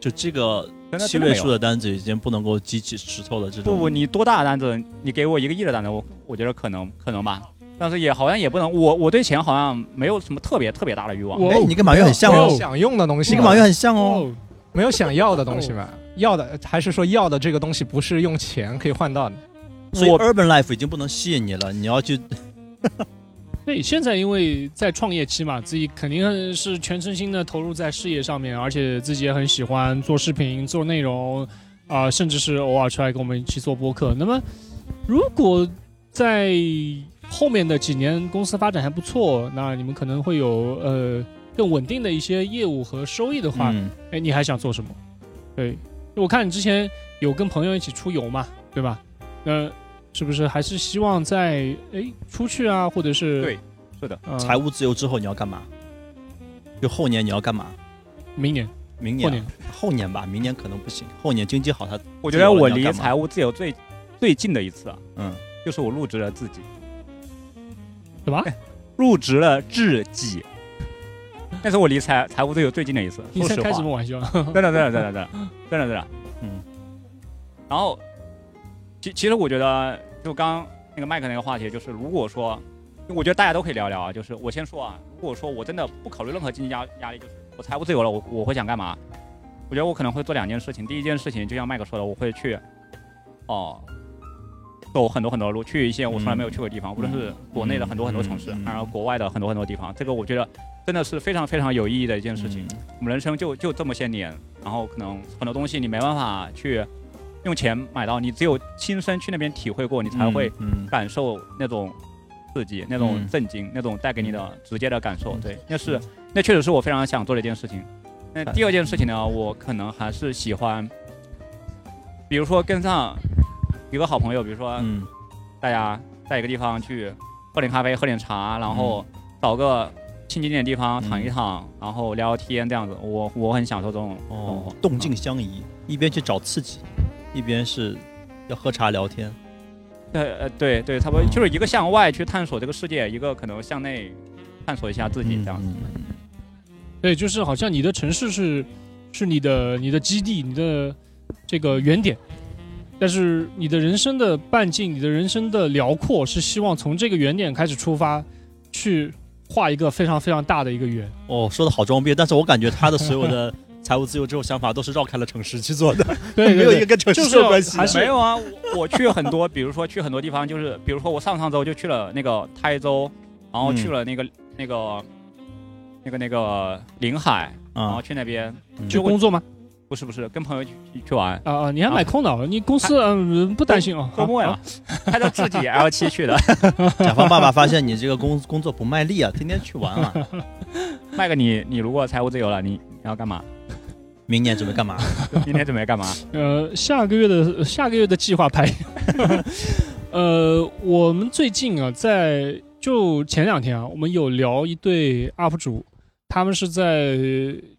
[SPEAKER 3] 就这个
[SPEAKER 1] 真的
[SPEAKER 3] 七
[SPEAKER 1] 真的
[SPEAKER 3] 位
[SPEAKER 1] 没
[SPEAKER 3] 数
[SPEAKER 1] 有。
[SPEAKER 3] 的单子已经不能够激起石头了。这种
[SPEAKER 1] 不不，你多大的单子？你给我一个亿的单子，我我觉得可能可能吧，但是也好像也不能，我我对钱好像没有什么特别特别大的欲望。
[SPEAKER 2] 我
[SPEAKER 3] 哎，你跟马云很像
[SPEAKER 4] 没
[SPEAKER 3] 哦
[SPEAKER 4] 有，想用的东西
[SPEAKER 3] 你
[SPEAKER 4] 吗，
[SPEAKER 3] 跟马云很像哦。
[SPEAKER 2] 哦，
[SPEAKER 4] 没有想要的东西嘛？要的还是说要的这个东西不是用钱可以换到的？
[SPEAKER 3] 所以
[SPEAKER 1] 我
[SPEAKER 3] urban life 已经不能吸引你了，你要去
[SPEAKER 2] 对，现在因为在创业期嘛，自己肯定是全身心的投入在事业上面，而且自己也很喜欢做视频、做内容，啊、甚至是偶尔出来跟我们一起做播客。那么，如果在后面的几年公司发展还不错，那你们可能会有呃更稳定的一些业务和收益的话，
[SPEAKER 3] 嗯
[SPEAKER 2] 哎，你还想做什么？对，我看你之前有跟朋友一起出游嘛，对吧？那是不是还是希望在哎出去啊，或者是
[SPEAKER 1] 对，是的，
[SPEAKER 2] 呃、
[SPEAKER 3] 财务自由之后你要干嘛？就后年你要干嘛？
[SPEAKER 2] 明年
[SPEAKER 3] 明年啊
[SPEAKER 2] 后年
[SPEAKER 3] 后年吧，明年可能不行，后年经济好它
[SPEAKER 1] 我觉得我
[SPEAKER 3] 自由了你
[SPEAKER 1] 离
[SPEAKER 3] 要干嘛
[SPEAKER 1] 财务自由最最近的一次啊，
[SPEAKER 3] 嗯，
[SPEAKER 1] 就是我入职了自己，
[SPEAKER 2] 什么？
[SPEAKER 3] 哎
[SPEAKER 1] 入职了自己。那是我离财财务自由最近的一次，
[SPEAKER 2] 你
[SPEAKER 1] 说
[SPEAKER 2] 在
[SPEAKER 1] 实
[SPEAKER 2] 开什
[SPEAKER 1] 话
[SPEAKER 2] 么，玩笑？
[SPEAKER 3] (laughs)
[SPEAKER 1] 真的真的真的真的真的真的，
[SPEAKER 3] 嗯。
[SPEAKER 1] 然后，其其实我觉得，就刚那个麦克那个话题，就是如果说，我觉得大家都可以聊聊啊。就是我先说啊，如果说我真的不考虑任何经济压压力，就是我财务自由了，我我会想干嘛？我觉得我可能会做两件事情。第一件事情，就像麦克说的，我会去，哦、走很多很多路，去一些我从来没有去过的地方，无论是国内的很多很多城市，
[SPEAKER 3] 嗯嗯嗯嗯
[SPEAKER 1] 然后国外的很多很多地方。这个我觉得真的是非常非常有意义的一件事情。
[SPEAKER 2] 嗯
[SPEAKER 1] 我们人生就就这么些年，然后可能很多东西你没办法去用钱买到，你只有亲身去那边体会过，你才会
[SPEAKER 3] 嗯，
[SPEAKER 1] 感受那种刺激、那种
[SPEAKER 3] 嗯
[SPEAKER 1] 震惊、那种带给你的直接的感受。
[SPEAKER 3] 嗯嗯
[SPEAKER 1] 对，那是那确实是我非常想做的一件事情。那第二件事情呢，我可能还是喜欢，比如说跟上一个好朋友，比如说
[SPEAKER 3] 嗯
[SPEAKER 1] 大家在一个地方去喝点咖啡、喝点茶，然后
[SPEAKER 3] 嗯
[SPEAKER 1] 找个清静点的地方躺一躺，然后聊聊天这样子。我我很享受这种生活
[SPEAKER 3] 哦，动静相宜，一边去找刺激，一边是要喝茶聊天。
[SPEAKER 1] 呃呃，对对，差不多
[SPEAKER 3] 嗯
[SPEAKER 1] 就是一个向外去探索这个世界，一个可能向内探索一下自己这样子。
[SPEAKER 3] 嗯嗯
[SPEAKER 2] (laughs) 对，就是好像你的城市是是你的你的基地，你的这个原点，但是你的人生的半径，你的人生的辽阔，是希望从这个原点开始出发，去画一个非常非常大的一个圆。
[SPEAKER 3] 哦，说的好装逼，但是我感觉他的所有的财务自由之后想法都是绕开了城市去做的， (laughs)
[SPEAKER 2] 对，对
[SPEAKER 3] 没有
[SPEAKER 2] 对
[SPEAKER 3] 一个跟城市
[SPEAKER 2] 就是
[SPEAKER 3] 有
[SPEAKER 2] 要
[SPEAKER 3] 关系的。
[SPEAKER 2] 还是
[SPEAKER 1] 没有啊，我我去很多，比如说去很多地方，就是比如说我上上周就去了那个台州，然后去了
[SPEAKER 3] 嗯
[SPEAKER 1] 那个、那个那个那个临海，然后
[SPEAKER 3] 啊，
[SPEAKER 1] 去那边
[SPEAKER 3] 嗯
[SPEAKER 2] 就工作吗？
[SPEAKER 1] 不是不是跟朋友去去去玩，
[SPEAKER 2] 啊啊！你还买空岛？你公司嗯不担心啊？
[SPEAKER 1] 周末 (laughs) 呀
[SPEAKER 2] 啊，
[SPEAKER 1] 开着自己 L 七去的， (laughs)
[SPEAKER 3] 甲方爸爸发现你这个工工作不卖力啊，天天去玩啊，
[SPEAKER 1] 麦克你你如果财务自由了，你你
[SPEAKER 5] (laughs)
[SPEAKER 1] 要干嘛？
[SPEAKER 3] 明年准备干嘛？
[SPEAKER 1] 明天准备干嘛？
[SPEAKER 2] 呃，下个月的下个月的计划拍。 (laughs) 呃，我们最近啊，在就前两天啊，我们有聊一对 UP 主，他们是在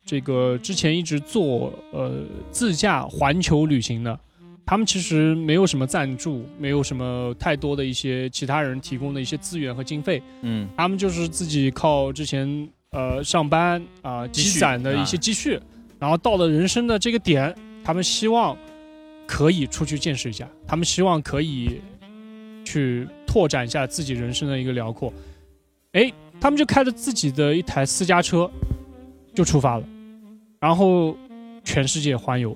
[SPEAKER 2] 这个之前一直做呃自驾环球旅行的，他们其实没有什么赞助，没有什么太多的一些其他人提供的一些资源和经费，
[SPEAKER 3] 嗯
[SPEAKER 2] 他们就是自己靠之前呃上班啊、
[SPEAKER 3] 积
[SPEAKER 2] 积
[SPEAKER 3] 蓄
[SPEAKER 2] 攒的一些积蓄，然后到了人生的这个点，他们希望可以出去见识一下，他们希望可以去拓展一下自己人生的一个辽阔。哎，他们就开着自己的一台私家车就出发了，然后全世界环游，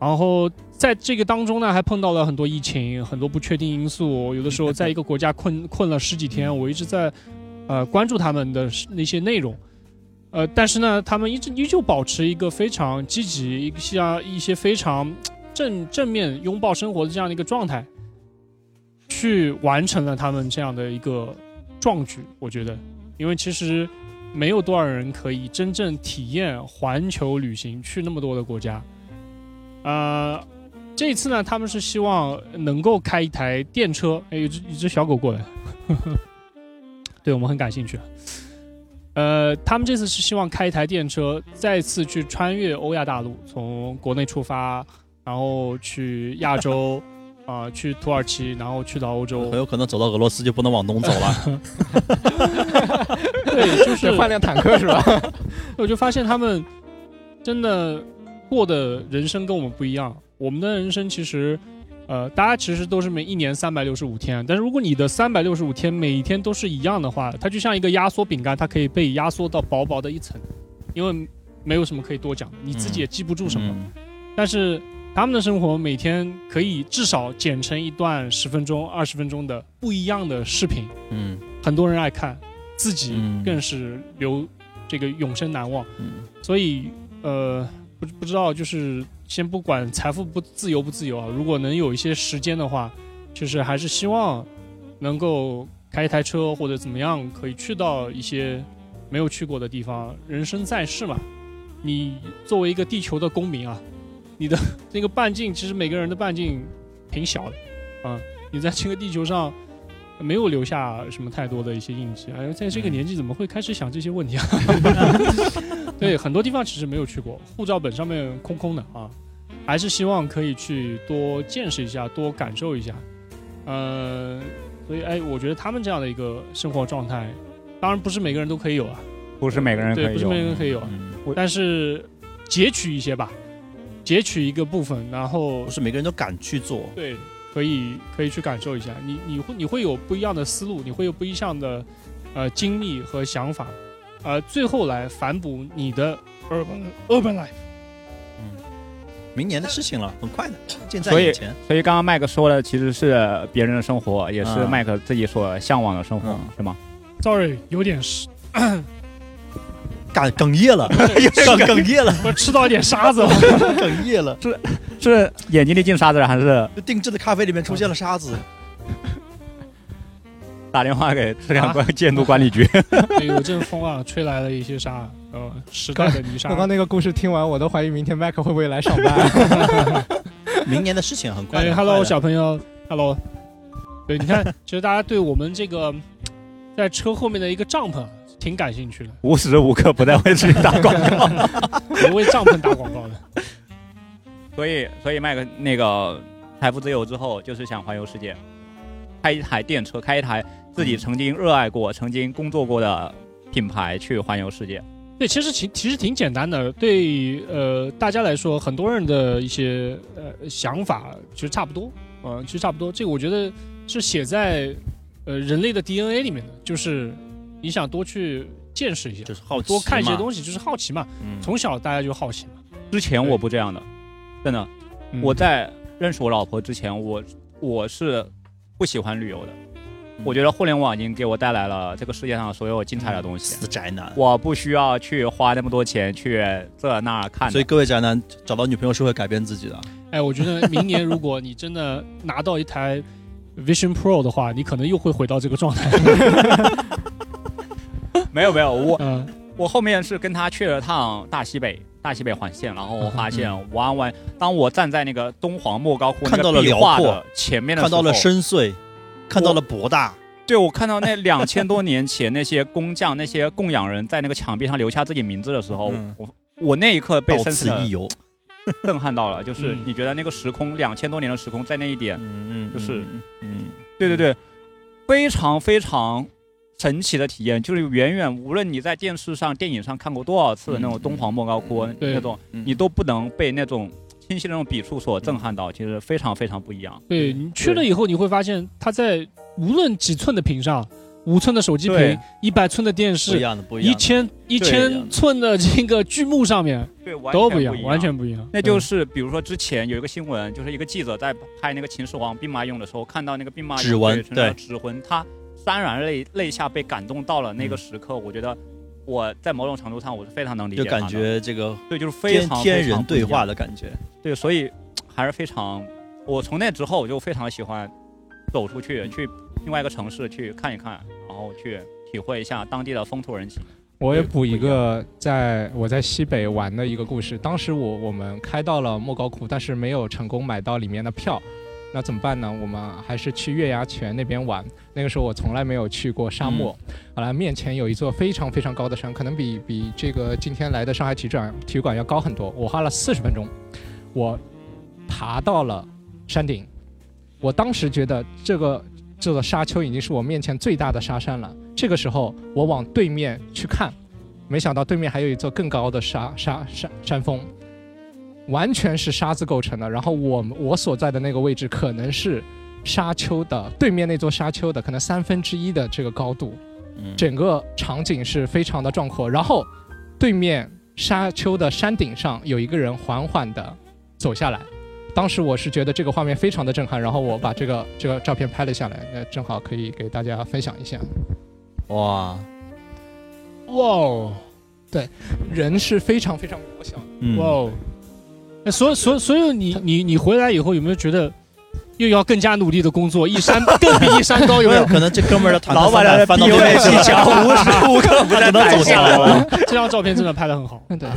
[SPEAKER 2] 然后。在这个当中呢，还碰到了很多疫情，很多不确定因素。有的时候在一个国家困困了十几天，我一直在呃关注他们的是那些内容，呃，但是呢，他们一直依旧保持一个非常积极、一些一些非常正正面拥抱生活的这样的一个状态，去完成了他们这样的一个壮举。我觉得，因为其实没有多少人可以真正体验环球旅行，去那么多的国家，呃。这一次呢，他们是希望能够开一台电车。哎，有只有只小狗过来， (laughs) 对我们很感兴趣。呃，他们这次是希望开一台电车，再次去穿越欧亚大陆，从国内出发，然后去亚洲，啊、去土耳其，然后去到欧洲
[SPEAKER 3] (laughs) 很。有可能走到俄罗斯就不能往东走
[SPEAKER 2] (laughs)
[SPEAKER 3] 了。
[SPEAKER 2] 对，就是
[SPEAKER 4] 换辆坦克
[SPEAKER 2] (laughs)
[SPEAKER 4] 是吧？
[SPEAKER 2] 我就发现他们真的过的人生跟我们不一样。我们的人生其实，呃，大家其实都是每一年三百六十五天，但是如果你的三百六十五天每一天都是一样的话，它就像一个压缩饼干，它可以被压缩到薄薄的一层，因为没有什么可以多讲的，你自己也记不住什么。
[SPEAKER 3] 嗯
[SPEAKER 2] 但是他们的生活每天可以至少剪成一段十分钟、二十分钟的不一样的视频，
[SPEAKER 3] 嗯
[SPEAKER 2] 很多人爱看，自己
[SPEAKER 3] 嗯
[SPEAKER 2] 更是留这个永生难忘。
[SPEAKER 3] 嗯
[SPEAKER 2] 所以呃，不不知道，就是先不管财富不自由不自由啊，如果能有一些时间的话，就是还是希望能够开一台车或者怎么样，可以去到一些没有去过的地方。人生在世嘛，你作为一个地球的公民啊，你的那个半径，其实每个人的半径挺小的啊，你在这个地球上。呃没有留下什么太多的一些印记。哎呦，在这个年纪怎么会开始想这些问题啊？对，很多地方其实没有去过，护照本上面空空的啊，还是希望可以去多见识一下，多感受一下。呃，所以哎，我觉得他们这样的一个生活状态，当然不是每个人都可以有啊，
[SPEAKER 5] 不是每个人可
[SPEAKER 2] 对，不
[SPEAKER 5] 以
[SPEAKER 2] 是每个
[SPEAKER 5] 用。
[SPEAKER 2] 人可以有啊，
[SPEAKER 3] 嗯
[SPEAKER 2] 但是截取一些吧，截取一个部分，然后
[SPEAKER 3] 不是每个人都敢去做。
[SPEAKER 2] 对，可以可以去感受一下，你你会你会有不一样的思路，你会有不一样的呃经历和想法，呃，最后来反哺你的 urban 呃 urban life。
[SPEAKER 3] 明年的事情了，很快的，近在
[SPEAKER 5] 所以
[SPEAKER 3] 眼前。
[SPEAKER 5] 所以刚刚麦克说的其实是别人的生活，也是
[SPEAKER 3] 嗯
[SPEAKER 5] 麦克自己所向往的生活
[SPEAKER 3] 嗯，
[SPEAKER 5] 是 (laughs) 吗？
[SPEAKER 2] Sorry，有点湿，
[SPEAKER 3] 感哽咽了，哽哽咽了，
[SPEAKER 2] 我吃到一点沙子了。
[SPEAKER 3] 哽咽了。
[SPEAKER 5] 是眼睛里进沙子了，还是
[SPEAKER 3] 这定制的咖啡里面出现了沙子，
[SPEAKER 5] 打电话给质量管监督管理局？
[SPEAKER 2] (laughs) 有阵风啊，吹来了一些沙，呃，时代的泥沙
[SPEAKER 4] 刚。刚那个故事听完，我都怀疑明天麦克会不会来上班。 (laughs)
[SPEAKER 3] 明年的事情很快的。
[SPEAKER 2] 哎
[SPEAKER 3] 很快的
[SPEAKER 2] ，Hello，小朋友，Hello。对，你看，其实大家对我们这个在车后面的一个帐篷挺感兴趣的，
[SPEAKER 5] (laughs) 无时无刻不在为自己打广告。
[SPEAKER 2] 我为帐篷打广告的。
[SPEAKER 1] (laughs)
[SPEAKER 2] (laughs)
[SPEAKER 1] 所以，所以麦克那个财富自由之后，就是想环游世界，开一台电车，开一台自己曾经热爱过、曾经工作过的品牌去环游世界。
[SPEAKER 2] 对，其实挺其实挺简单的，对呃大家来说，很多人的一些呃想法其实差不多，呃，其实差不多。这个我觉得是写在呃人类的 DNA 里面的，就是你想多去见识一下
[SPEAKER 3] 就，是好奇
[SPEAKER 2] 多看一些
[SPEAKER 3] 嘛
[SPEAKER 2] 东西，就是好奇嘛。
[SPEAKER 3] 嗯
[SPEAKER 2] 从小大家就好奇嘛。
[SPEAKER 1] 之前我不这样的，真的，
[SPEAKER 2] 嗯
[SPEAKER 1] 我在认识我老婆之前，我我是不喜欢旅游的。
[SPEAKER 3] 嗯
[SPEAKER 1] 我觉得互联网已经给我带来了这个世界上所有精彩的东西，
[SPEAKER 3] 嗯死宅男。
[SPEAKER 1] 我不需要去花那么多钱去这那儿看的。
[SPEAKER 3] 所以各位宅男找到女朋友是会改变自己的。
[SPEAKER 2] 哎，我觉得明年如果你真的拿到一台 Vision Pro 的话，你可能又会回到这个状态。
[SPEAKER 1] 没有没有，我
[SPEAKER 2] 嗯、
[SPEAKER 1] 我后面是跟他去了趟大西北，大西北环线，然后我发现
[SPEAKER 3] 嗯
[SPEAKER 1] 完完，当我站在那个敦煌莫高窟
[SPEAKER 3] 看到了
[SPEAKER 1] 那个壁画
[SPEAKER 3] 辽阔
[SPEAKER 1] 的前面的
[SPEAKER 3] 看到了
[SPEAKER 1] 时候
[SPEAKER 3] 深邃，看到了博大，
[SPEAKER 1] 对我看到那两千多年前那些工匠、那些供养人在那个墙壁上留下自己名字的时候，
[SPEAKER 3] 嗯
[SPEAKER 1] 我我那一刻被
[SPEAKER 3] 到
[SPEAKER 1] 深
[SPEAKER 3] 此
[SPEAKER 1] 深地
[SPEAKER 3] 一游。
[SPEAKER 1] 震撼到了，就是
[SPEAKER 2] 嗯
[SPEAKER 1] 你觉得那个时空两千多年的时空在那一点，
[SPEAKER 3] 嗯嗯，
[SPEAKER 1] 就是
[SPEAKER 3] 嗯
[SPEAKER 1] 对对对，非常非常神奇的体验，就是远远无论你在电视上、电影上看过多少次的那种
[SPEAKER 3] 嗯
[SPEAKER 1] 东皇莫高窟
[SPEAKER 2] 对
[SPEAKER 1] 那种，
[SPEAKER 3] 嗯
[SPEAKER 1] 你都不能被那种清晰的那种笔触所震撼到，其实非常非常不一样。
[SPEAKER 2] 对你去了以后，你会发现它在无论几寸的屏上，五寸的手机屏
[SPEAKER 1] 对，
[SPEAKER 2] 一百寸的电
[SPEAKER 3] 不一
[SPEAKER 2] 视，
[SPEAKER 3] 样的，不一
[SPEAKER 2] 一
[SPEAKER 3] 样的。
[SPEAKER 2] 千一
[SPEAKER 3] 一样
[SPEAKER 2] 千
[SPEAKER 3] 的
[SPEAKER 2] 寸的这个剧目上面
[SPEAKER 1] 对，完全
[SPEAKER 2] 都
[SPEAKER 1] 不
[SPEAKER 2] 不一样，完全不一样。嗯
[SPEAKER 1] 那
[SPEAKER 3] 嗯
[SPEAKER 1] 就
[SPEAKER 2] 对
[SPEAKER 1] 是比如说之前有一个新闻，就是一个记者在拍那个秦始皇兵马俑的时候，看到那个兵马俑
[SPEAKER 3] 指纹
[SPEAKER 1] 对成了
[SPEAKER 3] 对
[SPEAKER 1] 指纹，他潸然泪泪下被感动到了那
[SPEAKER 3] 嗯
[SPEAKER 1] 个时刻，我觉得我在某种程度上我是非常能理解
[SPEAKER 3] 就
[SPEAKER 1] 他的，
[SPEAKER 3] 感觉这个
[SPEAKER 1] 对，就是非
[SPEAKER 3] 天
[SPEAKER 1] 常
[SPEAKER 3] 天
[SPEAKER 1] 非常
[SPEAKER 3] 人
[SPEAKER 1] 不一
[SPEAKER 3] 对
[SPEAKER 1] 样
[SPEAKER 3] 话的感觉，
[SPEAKER 1] 对，所以还是非常，我从那之后我就非常喜欢走出去，去另外一个城市去看一看，然后去体会一下当地的风土人情。
[SPEAKER 4] 我也补一个，在我在西北玩的一个故事。当时我我们开到了莫高窟，但是没有成功买到里面的票，那怎么办呢？我们还是去月牙泉那边玩。那个时候我从来没有去过沙漠。好了，面前有一座非常非常高的山，可能比比这个今天来的上海体育馆体育馆要高很多。我花了四十分钟，我爬到了山顶。我当时觉得这个这座沙丘已经是我面前最大的沙山了。这个时候，我往对面去看，没想到对面还有一座更高的沙沙山山峰，完全是沙子构成的。然后我们我所在的那个位置可能是沙丘的对面那座沙丘的可能三分之一的这个高度，
[SPEAKER 3] 嗯，
[SPEAKER 4] 整个场景是非常的壮阔。然后对面沙丘的山顶上有一个人缓缓地走下来。当时我是觉得这个画面非常的震撼，然后我把这个这个照片拍了下来，那正好可以给大家分享一下。
[SPEAKER 3] 哇，
[SPEAKER 2] 哇哦
[SPEAKER 4] 人是非常非常渺小的，
[SPEAKER 3] 嗯
[SPEAKER 2] 哇哦！那所有所有所有你你你回来以后有没有觉得又要更加努力的工作，一山 (laughs) 更比一山高有
[SPEAKER 3] 没
[SPEAKER 2] 没
[SPEAKER 3] 有
[SPEAKER 2] 有？
[SPEAKER 3] 可能这哥们儿的坦克
[SPEAKER 5] 老板
[SPEAKER 3] 三百
[SPEAKER 5] 的
[SPEAKER 3] 翻到
[SPEAKER 5] 地
[SPEAKER 3] 对
[SPEAKER 5] 位
[SPEAKER 3] 面去
[SPEAKER 5] 极
[SPEAKER 3] (laughs) 了，
[SPEAKER 5] 强，无时无刻不在
[SPEAKER 3] 只能走下来了。
[SPEAKER 2] 这张照片真的拍得很好。
[SPEAKER 4] 嗯，对，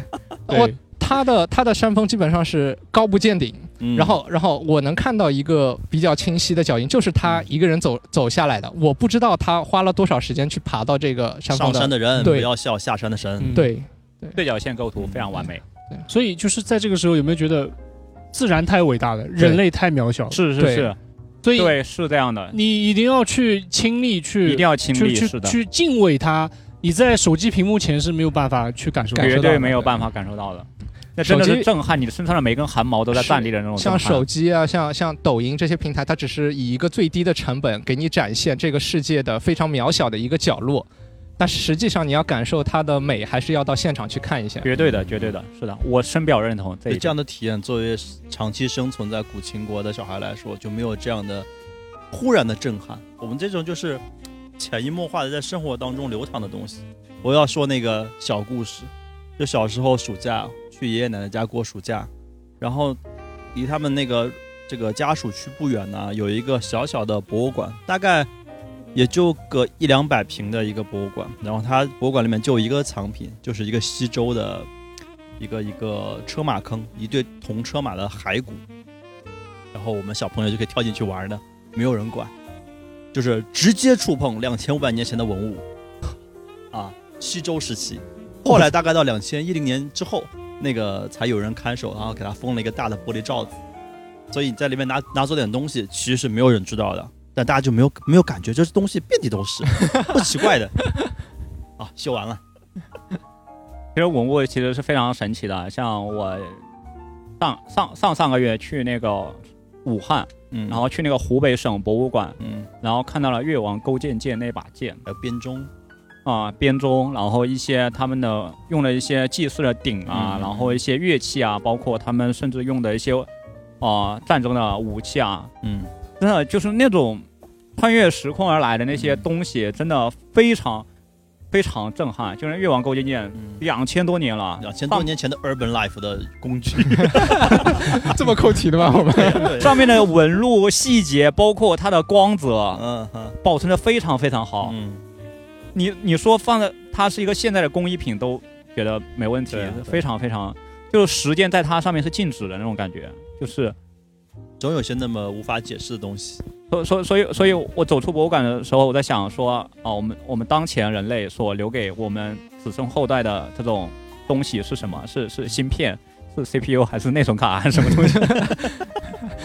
[SPEAKER 2] 对 (laughs)
[SPEAKER 4] 我它的它的山峰基本上是高不见顶，
[SPEAKER 3] 嗯
[SPEAKER 4] 然后然后我能看到一个比较清晰的脚印，就是
[SPEAKER 1] 嗯
[SPEAKER 4] 他一个人走走下来的，我不知道他花了多少时间去爬到这个山峰
[SPEAKER 3] 上
[SPEAKER 4] 的，
[SPEAKER 3] 山的人不
[SPEAKER 4] 对
[SPEAKER 3] 要笑下山的神，
[SPEAKER 2] 嗯，
[SPEAKER 4] 对，
[SPEAKER 1] (laughs) 对角线构图非常完美，
[SPEAKER 2] 所以就是在这个时候有没有觉得自然太伟大了，人类太渺小了？
[SPEAKER 1] 是
[SPEAKER 4] 对，
[SPEAKER 2] 所以
[SPEAKER 1] 对，是这样的，
[SPEAKER 2] 你一定要去亲历去
[SPEAKER 1] 一定要亲
[SPEAKER 2] 去
[SPEAKER 1] 历，是
[SPEAKER 2] 去
[SPEAKER 1] 的，
[SPEAKER 2] 去敬畏它。你在手机屏幕前是没有办法去感受到
[SPEAKER 4] 感
[SPEAKER 2] 的
[SPEAKER 1] 绝
[SPEAKER 4] 受到
[SPEAKER 2] (laughs)
[SPEAKER 1] 对
[SPEAKER 4] 的嗯
[SPEAKER 1] 没有办法感受到的。那真的
[SPEAKER 4] 手
[SPEAKER 1] 是
[SPEAKER 4] 机
[SPEAKER 1] 震撼，你身上的每根汗毛都在
[SPEAKER 4] 是
[SPEAKER 1] 站立的那种震
[SPEAKER 4] 像
[SPEAKER 1] 撼。
[SPEAKER 4] 手机啊，像像抖音这些平台，它只是以一个最低的成本给你展现这个世界的非常渺小的一个角落，但实际上你要感受它的美，还是要到现场去看一下。
[SPEAKER 1] 绝对的，绝对的，是的，我深表认同这
[SPEAKER 3] 对
[SPEAKER 1] 一
[SPEAKER 3] 这
[SPEAKER 1] 点。
[SPEAKER 3] 样的体验，作为长期生存在古秦国的小孩来说，就没有这样的忽然的震撼。我们这种就是潜移默化的在生活当中流淌的东西。我要说那个小故事，就小时候暑假去爷爷奶奶家过暑假，然后离他们那个这个家属区不远呢，有一个小小的博物馆，大概也就个一两百平的一个博物馆。然后它博物馆里面就有一个藏品，就是一个西周的一个一个车马坑，一对铜车马的骸骨。然后我们小朋友就可以跳进去玩的，没有人管，就是直接触碰两千五百年前的文物，啊，西周时期，后来大概到两千一零年之后，那个才有人看守，然后给他封了一个大的玻璃罩子，所以你在里面拿拿走点东西，其实是没有人知道的，但大家就没有没有感觉，这东西遍地都是，不奇怪的。啊，修完了，
[SPEAKER 1] 其实文物其实是非常神奇的，像我上上上上个月去那个武汉，
[SPEAKER 3] 嗯，
[SPEAKER 1] 然后去那个湖北省博物馆，
[SPEAKER 3] 嗯，
[SPEAKER 1] 然后看到了越王勾践剑那把剑
[SPEAKER 3] 还有编钟，
[SPEAKER 1] 啊、编钟，然后一些他们的用了一些祭祀的鼎啊，
[SPEAKER 3] 嗯
[SPEAKER 1] 然后一些乐器啊，包括他们甚至用的一些啊、呃战争的武器啊，
[SPEAKER 3] 嗯，
[SPEAKER 1] 真的就是那种穿越时空而来的那些
[SPEAKER 3] 嗯
[SPEAKER 1] 东西，真的非常非常震撼。就是越王勾践剑
[SPEAKER 3] 嗯
[SPEAKER 1] 两千多年了，
[SPEAKER 3] 两千多年前的 urban life 的工具，
[SPEAKER 4] 这么扣题的吗？我们
[SPEAKER 1] 上面的纹路细节，包括它的光泽，
[SPEAKER 3] 嗯嗯
[SPEAKER 1] 保存的非常非常好。
[SPEAKER 3] 嗯，
[SPEAKER 1] 你你说放在它是一个现在的工艺品，都觉得没问题
[SPEAKER 3] 对啊对，
[SPEAKER 1] 非常非常，就是时间在它上面是静止的那种感觉，就是
[SPEAKER 3] 总有些那么无法解释的东西，
[SPEAKER 1] 所所所以所以我走出博物馆的时候，我在想说啊，我们我们当前人类所留给我们子孙后代的这种东西是什么？是是芯片，是 CPU 还是内存卡啊 (laughs) 还是什么东西？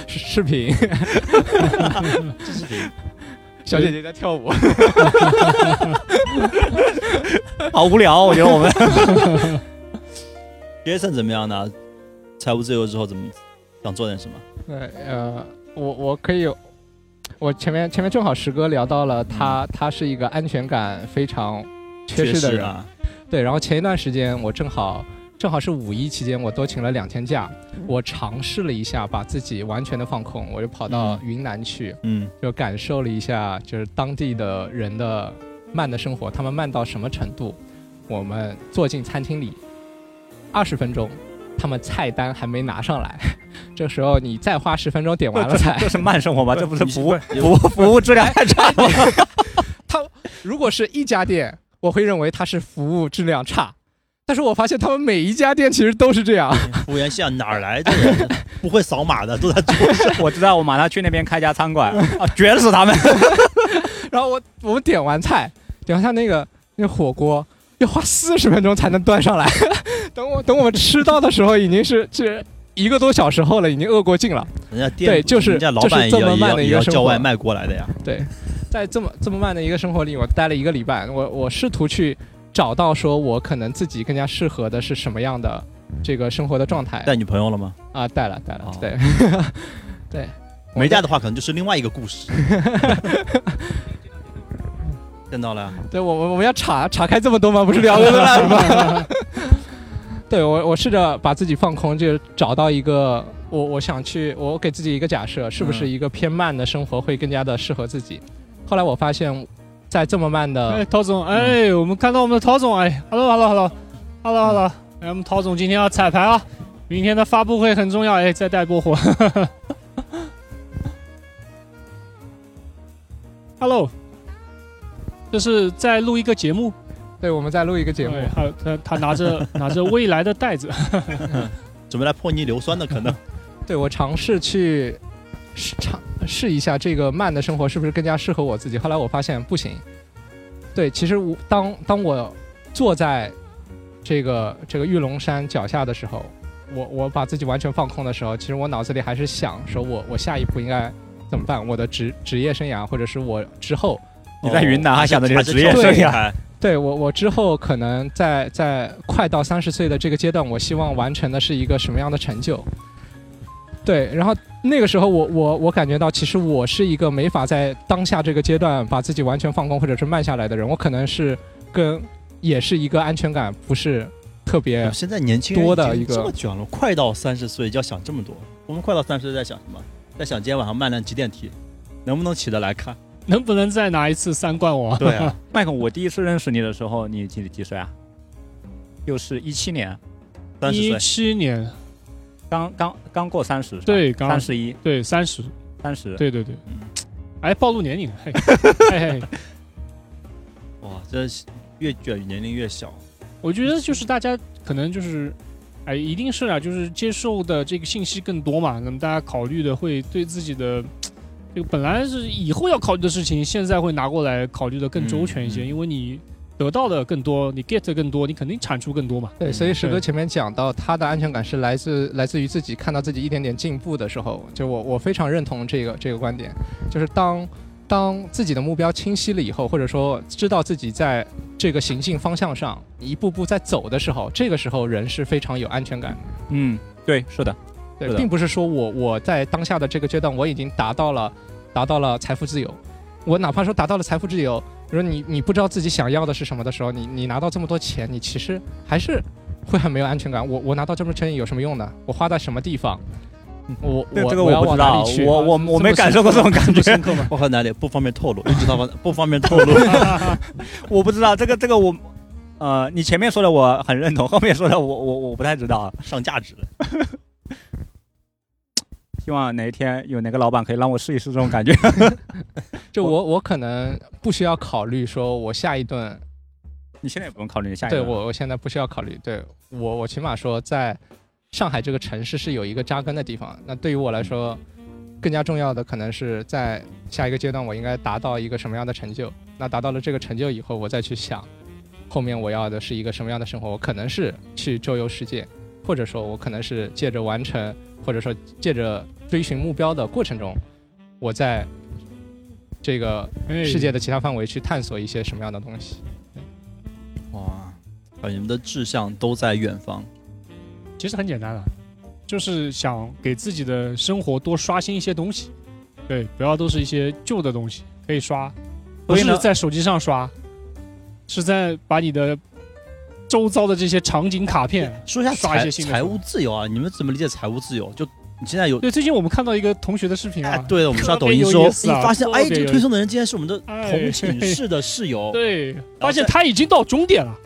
[SPEAKER 4] 是视
[SPEAKER 1] (laughs)
[SPEAKER 4] 频，小姐姐在跳舞，
[SPEAKER 1] 好无聊，啊我
[SPEAKER 3] (laughs)
[SPEAKER 1] 觉得我们
[SPEAKER 3] Jason 怎么样呢？财务自由之后怎么想做点什么？
[SPEAKER 4] 对，呃，我我可以，我前面前面正好石哥聊到了他，他是一个安全感非常缺失的
[SPEAKER 3] 失
[SPEAKER 4] 人，
[SPEAKER 3] 啊，
[SPEAKER 4] 对，然后前一段时间我正好正好是五一期间，我多请了两天假，我尝试了一下把自己完全的放空，我就跑到云南去，
[SPEAKER 3] 嗯
[SPEAKER 4] 就感受了一下就是当地的人的慢的生活，他们慢到什么程度？我们坐进餐厅里，二十分钟，他们菜单还没拿上来， (laughs) 这时候你再花十分钟点完
[SPEAKER 1] (laughs)
[SPEAKER 4] 了菜，
[SPEAKER 1] 这是慢生活吗？这不是
[SPEAKER 3] (laughs) 你
[SPEAKER 1] 服务
[SPEAKER 3] 你
[SPEAKER 1] 服务服务质量太差 (laughs) 了吗？
[SPEAKER 4] 如果是一家店，我会认为它是服务质量差，但是我发现他们每一家店其实都是这样。
[SPEAKER 3] 服务员现在哪儿来的人？不会扫码的都在桌上。
[SPEAKER 1] 我知道，我马上去那边开家餐馆，啊，卷死他们！
[SPEAKER 4] 然后我我们点完菜，点完菜那个那火锅要花四十分钟才能端上来， (laughs) 等我等我们吃到的时候已经是这一个多小时后了，已经饿过劲了。
[SPEAKER 3] (laughs) 人家店
[SPEAKER 4] 对就是
[SPEAKER 3] 人家老板也
[SPEAKER 4] 就是这么
[SPEAKER 3] 要也
[SPEAKER 4] 慢
[SPEAKER 3] 要
[SPEAKER 4] 的一
[SPEAKER 3] 也
[SPEAKER 4] 个
[SPEAKER 3] 要
[SPEAKER 4] 生活
[SPEAKER 3] 叫外卖过来的呀。
[SPEAKER 4] 对，在这么这么慢的一个生活里，我待了一个礼拜，我我试图去找到说我可能自己更加适合的是什么样的这个生活的状态
[SPEAKER 3] 带女朋友了吗？
[SPEAKER 4] 啊，带了带了
[SPEAKER 3] 哦，
[SPEAKER 4] 对对，
[SPEAKER 3] 没带的话，可能就是另外一个故事。 (laughs) 见到了呀，
[SPEAKER 4] 对我我我们要岔岔开这么多吗？不是聊 Lululemon (laughs) 吗？对我我试着把自己放空，就是找到一个我我想去，我给自己一个假设，是不是一个偏慢的生活会更加的适合自己？后来我发现，在这么慢
[SPEAKER 2] 哎，
[SPEAKER 4] 的，
[SPEAKER 2] 陶总，哎，我们看到我们的陶总，哎，hello，hello，hello，hello，hello，哎，我们陶总今天要彩排啊，明天的发布会很重要，哎，再带波火。hello，这是在录一个节目，
[SPEAKER 4] 对我们在录一个节目，
[SPEAKER 2] 哎还有他他拿 (laughs) 着拿着未来的袋子，
[SPEAKER 3] 准备来破泥硫酸的可能。
[SPEAKER 4] 对我尝试去试尝试一下这个慢的生活是不是更加适合我自己。后来我发现不行，对，其实我当当我坐在这个这个玉龙山脚下的时候，我我把自己完全放空的时候，其实我脑子里还是想说我我下一步应该怎么办，我的职职业生涯或者是我之后
[SPEAKER 1] 你在云南还想着
[SPEAKER 3] 哦
[SPEAKER 1] 你的职业
[SPEAKER 4] 还是
[SPEAKER 1] 生
[SPEAKER 4] 对
[SPEAKER 1] 涯？
[SPEAKER 4] 对我，我之后可能在在快到三十岁的这个阶段，我希望完成的是一个什么样的成就？对，然后那个时候我我我感觉到，其实我是一个没法在当下这个阶段把自己完全放空或者是慢下来的人，我可能是跟也是一个安全感不是特
[SPEAKER 2] 啊
[SPEAKER 4] 别
[SPEAKER 3] 现在年轻人
[SPEAKER 4] 多的
[SPEAKER 3] 已经
[SPEAKER 4] 一个
[SPEAKER 3] 这么卷了，快到三十岁就要想这么多。我们快到三十岁在想什么？在想今天晚上曼联几点踢，能不能起得来
[SPEAKER 2] (laughs)
[SPEAKER 3] 看？
[SPEAKER 2] 能不能再拿一次三冠王？
[SPEAKER 3] 对
[SPEAKER 2] (laughs)
[SPEAKER 3] 啊，
[SPEAKER 1] 麦克，我第一次认识你的时候，你几几岁啊？又是一七年，
[SPEAKER 3] 三十
[SPEAKER 2] 一
[SPEAKER 3] 岁
[SPEAKER 2] 七年，
[SPEAKER 1] 刚刚刚过三十，
[SPEAKER 2] 对刚
[SPEAKER 1] 三十一，
[SPEAKER 2] 对，三十，
[SPEAKER 1] 三十，
[SPEAKER 2] 对对对
[SPEAKER 3] 嗯，
[SPEAKER 2] 哎，暴露年龄
[SPEAKER 3] (laughs)
[SPEAKER 2] 了，嘿，嘿嘿。
[SPEAKER 3] 哇，这越卷年龄越小。
[SPEAKER 2] 我觉得就是大家可能就是，哎，一定是啊，就是接受的这个信息更多嘛，那么大家考虑的会对自己的这个本来是以后要考虑的事情，现在会拿过来考虑的更周全一些，
[SPEAKER 3] 嗯嗯
[SPEAKER 2] 因为你得到的更多，你 get 的更多，你肯定产出更多嘛。
[SPEAKER 4] 对，所以石
[SPEAKER 2] 对
[SPEAKER 4] 哥前面讲到，他的安全感是来自来自于自己看到自己一点点进步的时候，就我我非常认同这个这个观点，就是当当自己的目标清晰了以后，或者说知道自己在这个行进方向上一步步在走的时候，这个时候人是非常有安全感的。
[SPEAKER 1] 嗯，对，是的， (laughs)
[SPEAKER 4] 对，
[SPEAKER 1] 是的
[SPEAKER 4] 并不是说我我在当下的这个阶段我已经达到了达到了财富自由，我哪怕说达到了财富自由，比如说你你不知道自己想要的是什么的时候，你你拿到这么多钱，你其实还是会很没有安全感。我我拿到这么多钱有什么用呢？我花在什么地方？我
[SPEAKER 1] 这
[SPEAKER 4] 我
[SPEAKER 1] 嗯这个
[SPEAKER 4] 我要
[SPEAKER 1] 不知
[SPEAKER 4] 往哪
[SPEAKER 1] 道
[SPEAKER 4] 里去，？
[SPEAKER 1] 我我我没感受过这种感觉，
[SPEAKER 2] 刻
[SPEAKER 1] (laughs)
[SPEAKER 2] 吗？
[SPEAKER 3] 我很难点，不方便
[SPEAKER 2] (laughs)
[SPEAKER 3] 透露，一直到方不方便透露。 (laughs)
[SPEAKER 1] 我不知道这个这个我，呃，你前面说的我很认同，后面说的我我我不太知道，啊
[SPEAKER 3] 上价值了，
[SPEAKER 1] 希望哪一天有哪个老板可以让我试一试这种感觉。
[SPEAKER 4] 就我我可能不需要考虑说我下一顿
[SPEAKER 1] 你现在也不用考虑你下一
[SPEAKER 4] 对
[SPEAKER 1] 个，
[SPEAKER 4] 我，我现在不需要考虑。对我，我起码说，在上海这个城市是有一个扎根的地方。那对于我来说，更加重要的可能是在下一个阶段，我应该达到一个什么样的成就。那达到了这个成就以后，我再去想，后面我要的是一个什么样的生活？我可能是去周游世界，或者说我可能是借着完成，或者说借着追寻目标的过程中，我在这个
[SPEAKER 2] 哎
[SPEAKER 4] 世界的其他范围去探索一些什么样的东西。
[SPEAKER 3] 哇，啊，你们的志向都在远方。
[SPEAKER 2] 其实很简单的，啊就是想给自己的生活多刷新一些东西，对，不要都是一些旧的东西，可以刷，不
[SPEAKER 3] 所以呢
[SPEAKER 2] 是在手机上刷，是在把你的周遭的这些场景卡片。
[SPEAKER 3] 说一下
[SPEAKER 2] 啊刷一
[SPEAKER 3] 财
[SPEAKER 2] 些新的
[SPEAKER 3] 财务自由啊，你们怎么理解财务自由？就你现在有
[SPEAKER 2] 对，最近我们看到一个同学的视频
[SPEAKER 3] 哎
[SPEAKER 2] 啊，，
[SPEAKER 3] 对的，我们刷抖音的
[SPEAKER 2] 特别
[SPEAKER 3] 时候，
[SPEAKER 2] 有
[SPEAKER 3] 你
[SPEAKER 2] 意思啊
[SPEAKER 3] 发现
[SPEAKER 2] 特别
[SPEAKER 3] 哎，这
[SPEAKER 2] 有
[SPEAKER 3] 个
[SPEAKER 2] 意思
[SPEAKER 3] 推送的人竟然是我们的同
[SPEAKER 2] 哎
[SPEAKER 3] 寝室的室友。
[SPEAKER 2] 对，发现他已经到终点了，
[SPEAKER 3] 哦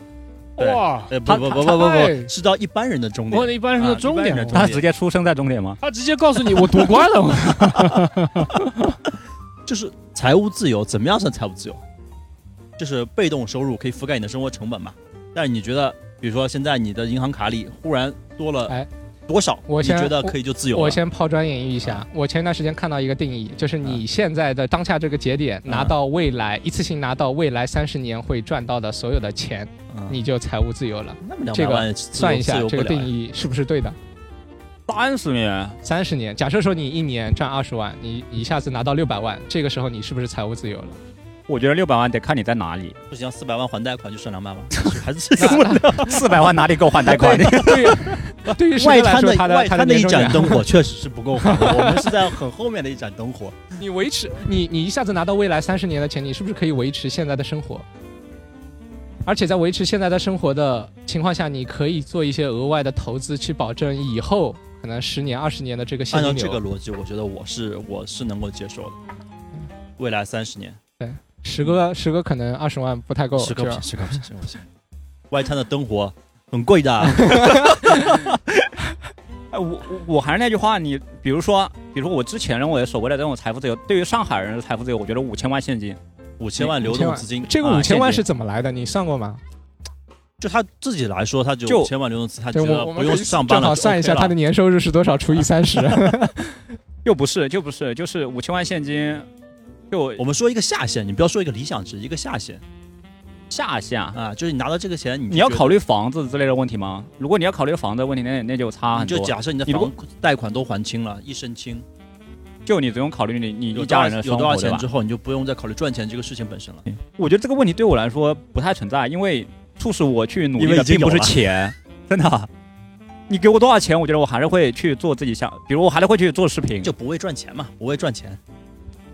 [SPEAKER 3] 对
[SPEAKER 2] 哇！
[SPEAKER 3] 哎，不
[SPEAKER 1] 他
[SPEAKER 3] 不
[SPEAKER 1] 他
[SPEAKER 3] 不不不
[SPEAKER 2] 哎
[SPEAKER 3] 不，是到一般人的终
[SPEAKER 2] 我
[SPEAKER 3] 点。
[SPEAKER 2] 的一般人的
[SPEAKER 3] 啊
[SPEAKER 2] 终点
[SPEAKER 3] 一般人的
[SPEAKER 2] 了，
[SPEAKER 3] 终
[SPEAKER 2] 哇
[SPEAKER 3] 点
[SPEAKER 5] 他直接出生在终点吗？
[SPEAKER 2] 他直接告诉你我夺冠了，
[SPEAKER 3] 就是财务自由，怎么样算财务自由？就是被动收入可以覆盖你的生活成本嘛。但是你觉得，比如说现在你的银行卡里忽然多了
[SPEAKER 4] 哎
[SPEAKER 3] 多少，
[SPEAKER 4] 我
[SPEAKER 3] 你
[SPEAKER 4] 先
[SPEAKER 3] 觉得可以就自由
[SPEAKER 4] 我
[SPEAKER 3] 了？
[SPEAKER 4] 先抛砖引玉一
[SPEAKER 3] 啊
[SPEAKER 4] 下，我前段时间看到一个定义，就是你现在的当下这个节点拿到未来一次性拿到未来三十年会赚到的所有的钱，
[SPEAKER 3] 嗯
[SPEAKER 4] 你就财务自由了。
[SPEAKER 3] 那么两
[SPEAKER 4] 这
[SPEAKER 3] 百
[SPEAKER 4] 个
[SPEAKER 3] 万自由
[SPEAKER 4] 算一
[SPEAKER 3] 自
[SPEAKER 4] 下
[SPEAKER 3] 由
[SPEAKER 4] 这
[SPEAKER 3] 不
[SPEAKER 4] 个
[SPEAKER 3] 了啊
[SPEAKER 4] 定
[SPEAKER 3] 呀
[SPEAKER 4] 义是不是对的？
[SPEAKER 1] 三十年，
[SPEAKER 4] 三十年，假设说你一年赚二十万，你一下子拿到六百万，这个时候你是不是财务自由了？
[SPEAKER 5] 我觉得六百万得看你在哪里，
[SPEAKER 3] 不行，四百万还贷款就剩两百
[SPEAKER 4] (laughs)
[SPEAKER 3] 万，还是 (laughs) 自由了。
[SPEAKER 5] 四百万哪里够还贷款？
[SPEAKER 4] 对于对于石
[SPEAKER 3] 外
[SPEAKER 4] 头来
[SPEAKER 3] 滩
[SPEAKER 4] 说，
[SPEAKER 3] 的
[SPEAKER 4] 他的
[SPEAKER 3] 外
[SPEAKER 4] 他
[SPEAKER 3] 滩的
[SPEAKER 4] 年
[SPEAKER 3] 一
[SPEAKER 4] 终
[SPEAKER 3] 盏
[SPEAKER 4] 奖
[SPEAKER 3] 灯
[SPEAKER 4] (laughs)
[SPEAKER 3] 火确实是不够还的，我们是在很后面的一盏灯火。
[SPEAKER 4] 你维持你你一下子拿到未来三十年的钱，你是不是可以维持现在的生活？而且在维持现在的生活的情况下，你可以做一些额外的投资，去保证以后可能十年、二十年的这个现
[SPEAKER 3] 按照
[SPEAKER 4] 金
[SPEAKER 3] 这
[SPEAKER 4] 流。
[SPEAKER 3] 个逻辑，我觉得我是我是能够接受的。未来三十年，
[SPEAKER 4] 十个十个可能二十万不太够，
[SPEAKER 3] 十个
[SPEAKER 4] 就
[SPEAKER 3] 不行，十个不行，十个不行。外滩的灯火很贵的，
[SPEAKER 1] 哎，我我我还是那句话，你比如说，比如说我之前认为所谓的这种财富自由，对于上海人的财富自由，我觉得五千万现金，
[SPEAKER 3] 五千万流动资金，
[SPEAKER 4] 这个
[SPEAKER 3] 啊
[SPEAKER 4] 五千万
[SPEAKER 3] 现金
[SPEAKER 4] 是怎么来的？你算过吗？
[SPEAKER 3] 就他自己来说，他只有
[SPEAKER 1] 就
[SPEAKER 3] 五千万流动资，他觉
[SPEAKER 4] 对，
[SPEAKER 3] 得
[SPEAKER 4] 我我
[SPEAKER 3] 不
[SPEAKER 4] 们
[SPEAKER 3] 用
[SPEAKER 4] 可以
[SPEAKER 3] 上班
[SPEAKER 4] 正
[SPEAKER 3] 了，
[SPEAKER 4] 好算一下他的年收入是多少，除以三
[SPEAKER 3] (laughs)
[SPEAKER 4] 十。
[SPEAKER 1] 又不是就不是，就是五千万现金，就
[SPEAKER 3] 我们说一个下限，你不要说一个理想值，一个下限
[SPEAKER 1] 下限。
[SPEAKER 3] 啊，就是你拿到这个钱，你
[SPEAKER 1] 你要考
[SPEAKER 3] 虑，
[SPEAKER 1] 虑房子之类的问题吗？如果你要考虑房子的问题，那那就差
[SPEAKER 3] 你
[SPEAKER 1] 很多。
[SPEAKER 3] 就假设你的
[SPEAKER 1] 你如
[SPEAKER 3] 房贷款都还清了，一身轻，
[SPEAKER 1] 就你只用考虑你你
[SPEAKER 3] 有
[SPEAKER 1] 一
[SPEAKER 3] 多
[SPEAKER 1] 家
[SPEAKER 3] 少
[SPEAKER 1] 人的
[SPEAKER 3] 有
[SPEAKER 1] 生
[SPEAKER 3] 多少
[SPEAKER 1] 活，对
[SPEAKER 3] 钱
[SPEAKER 1] 吧
[SPEAKER 3] 之？后，你就不用再考虑赚钱这个事情本身了。
[SPEAKER 1] 我觉得这个问题对我来说不太存在，因为促使我去努
[SPEAKER 3] 因
[SPEAKER 1] 力
[SPEAKER 3] 为
[SPEAKER 1] 的
[SPEAKER 3] 已经
[SPEAKER 1] 并不
[SPEAKER 3] 有
[SPEAKER 1] 是
[SPEAKER 3] 了
[SPEAKER 1] 钱，真的。你给我多少钱，我觉得我还是会去做自己想，比如我还是会去做视频。
[SPEAKER 3] 就不为赚钱嘛，不为赚钱。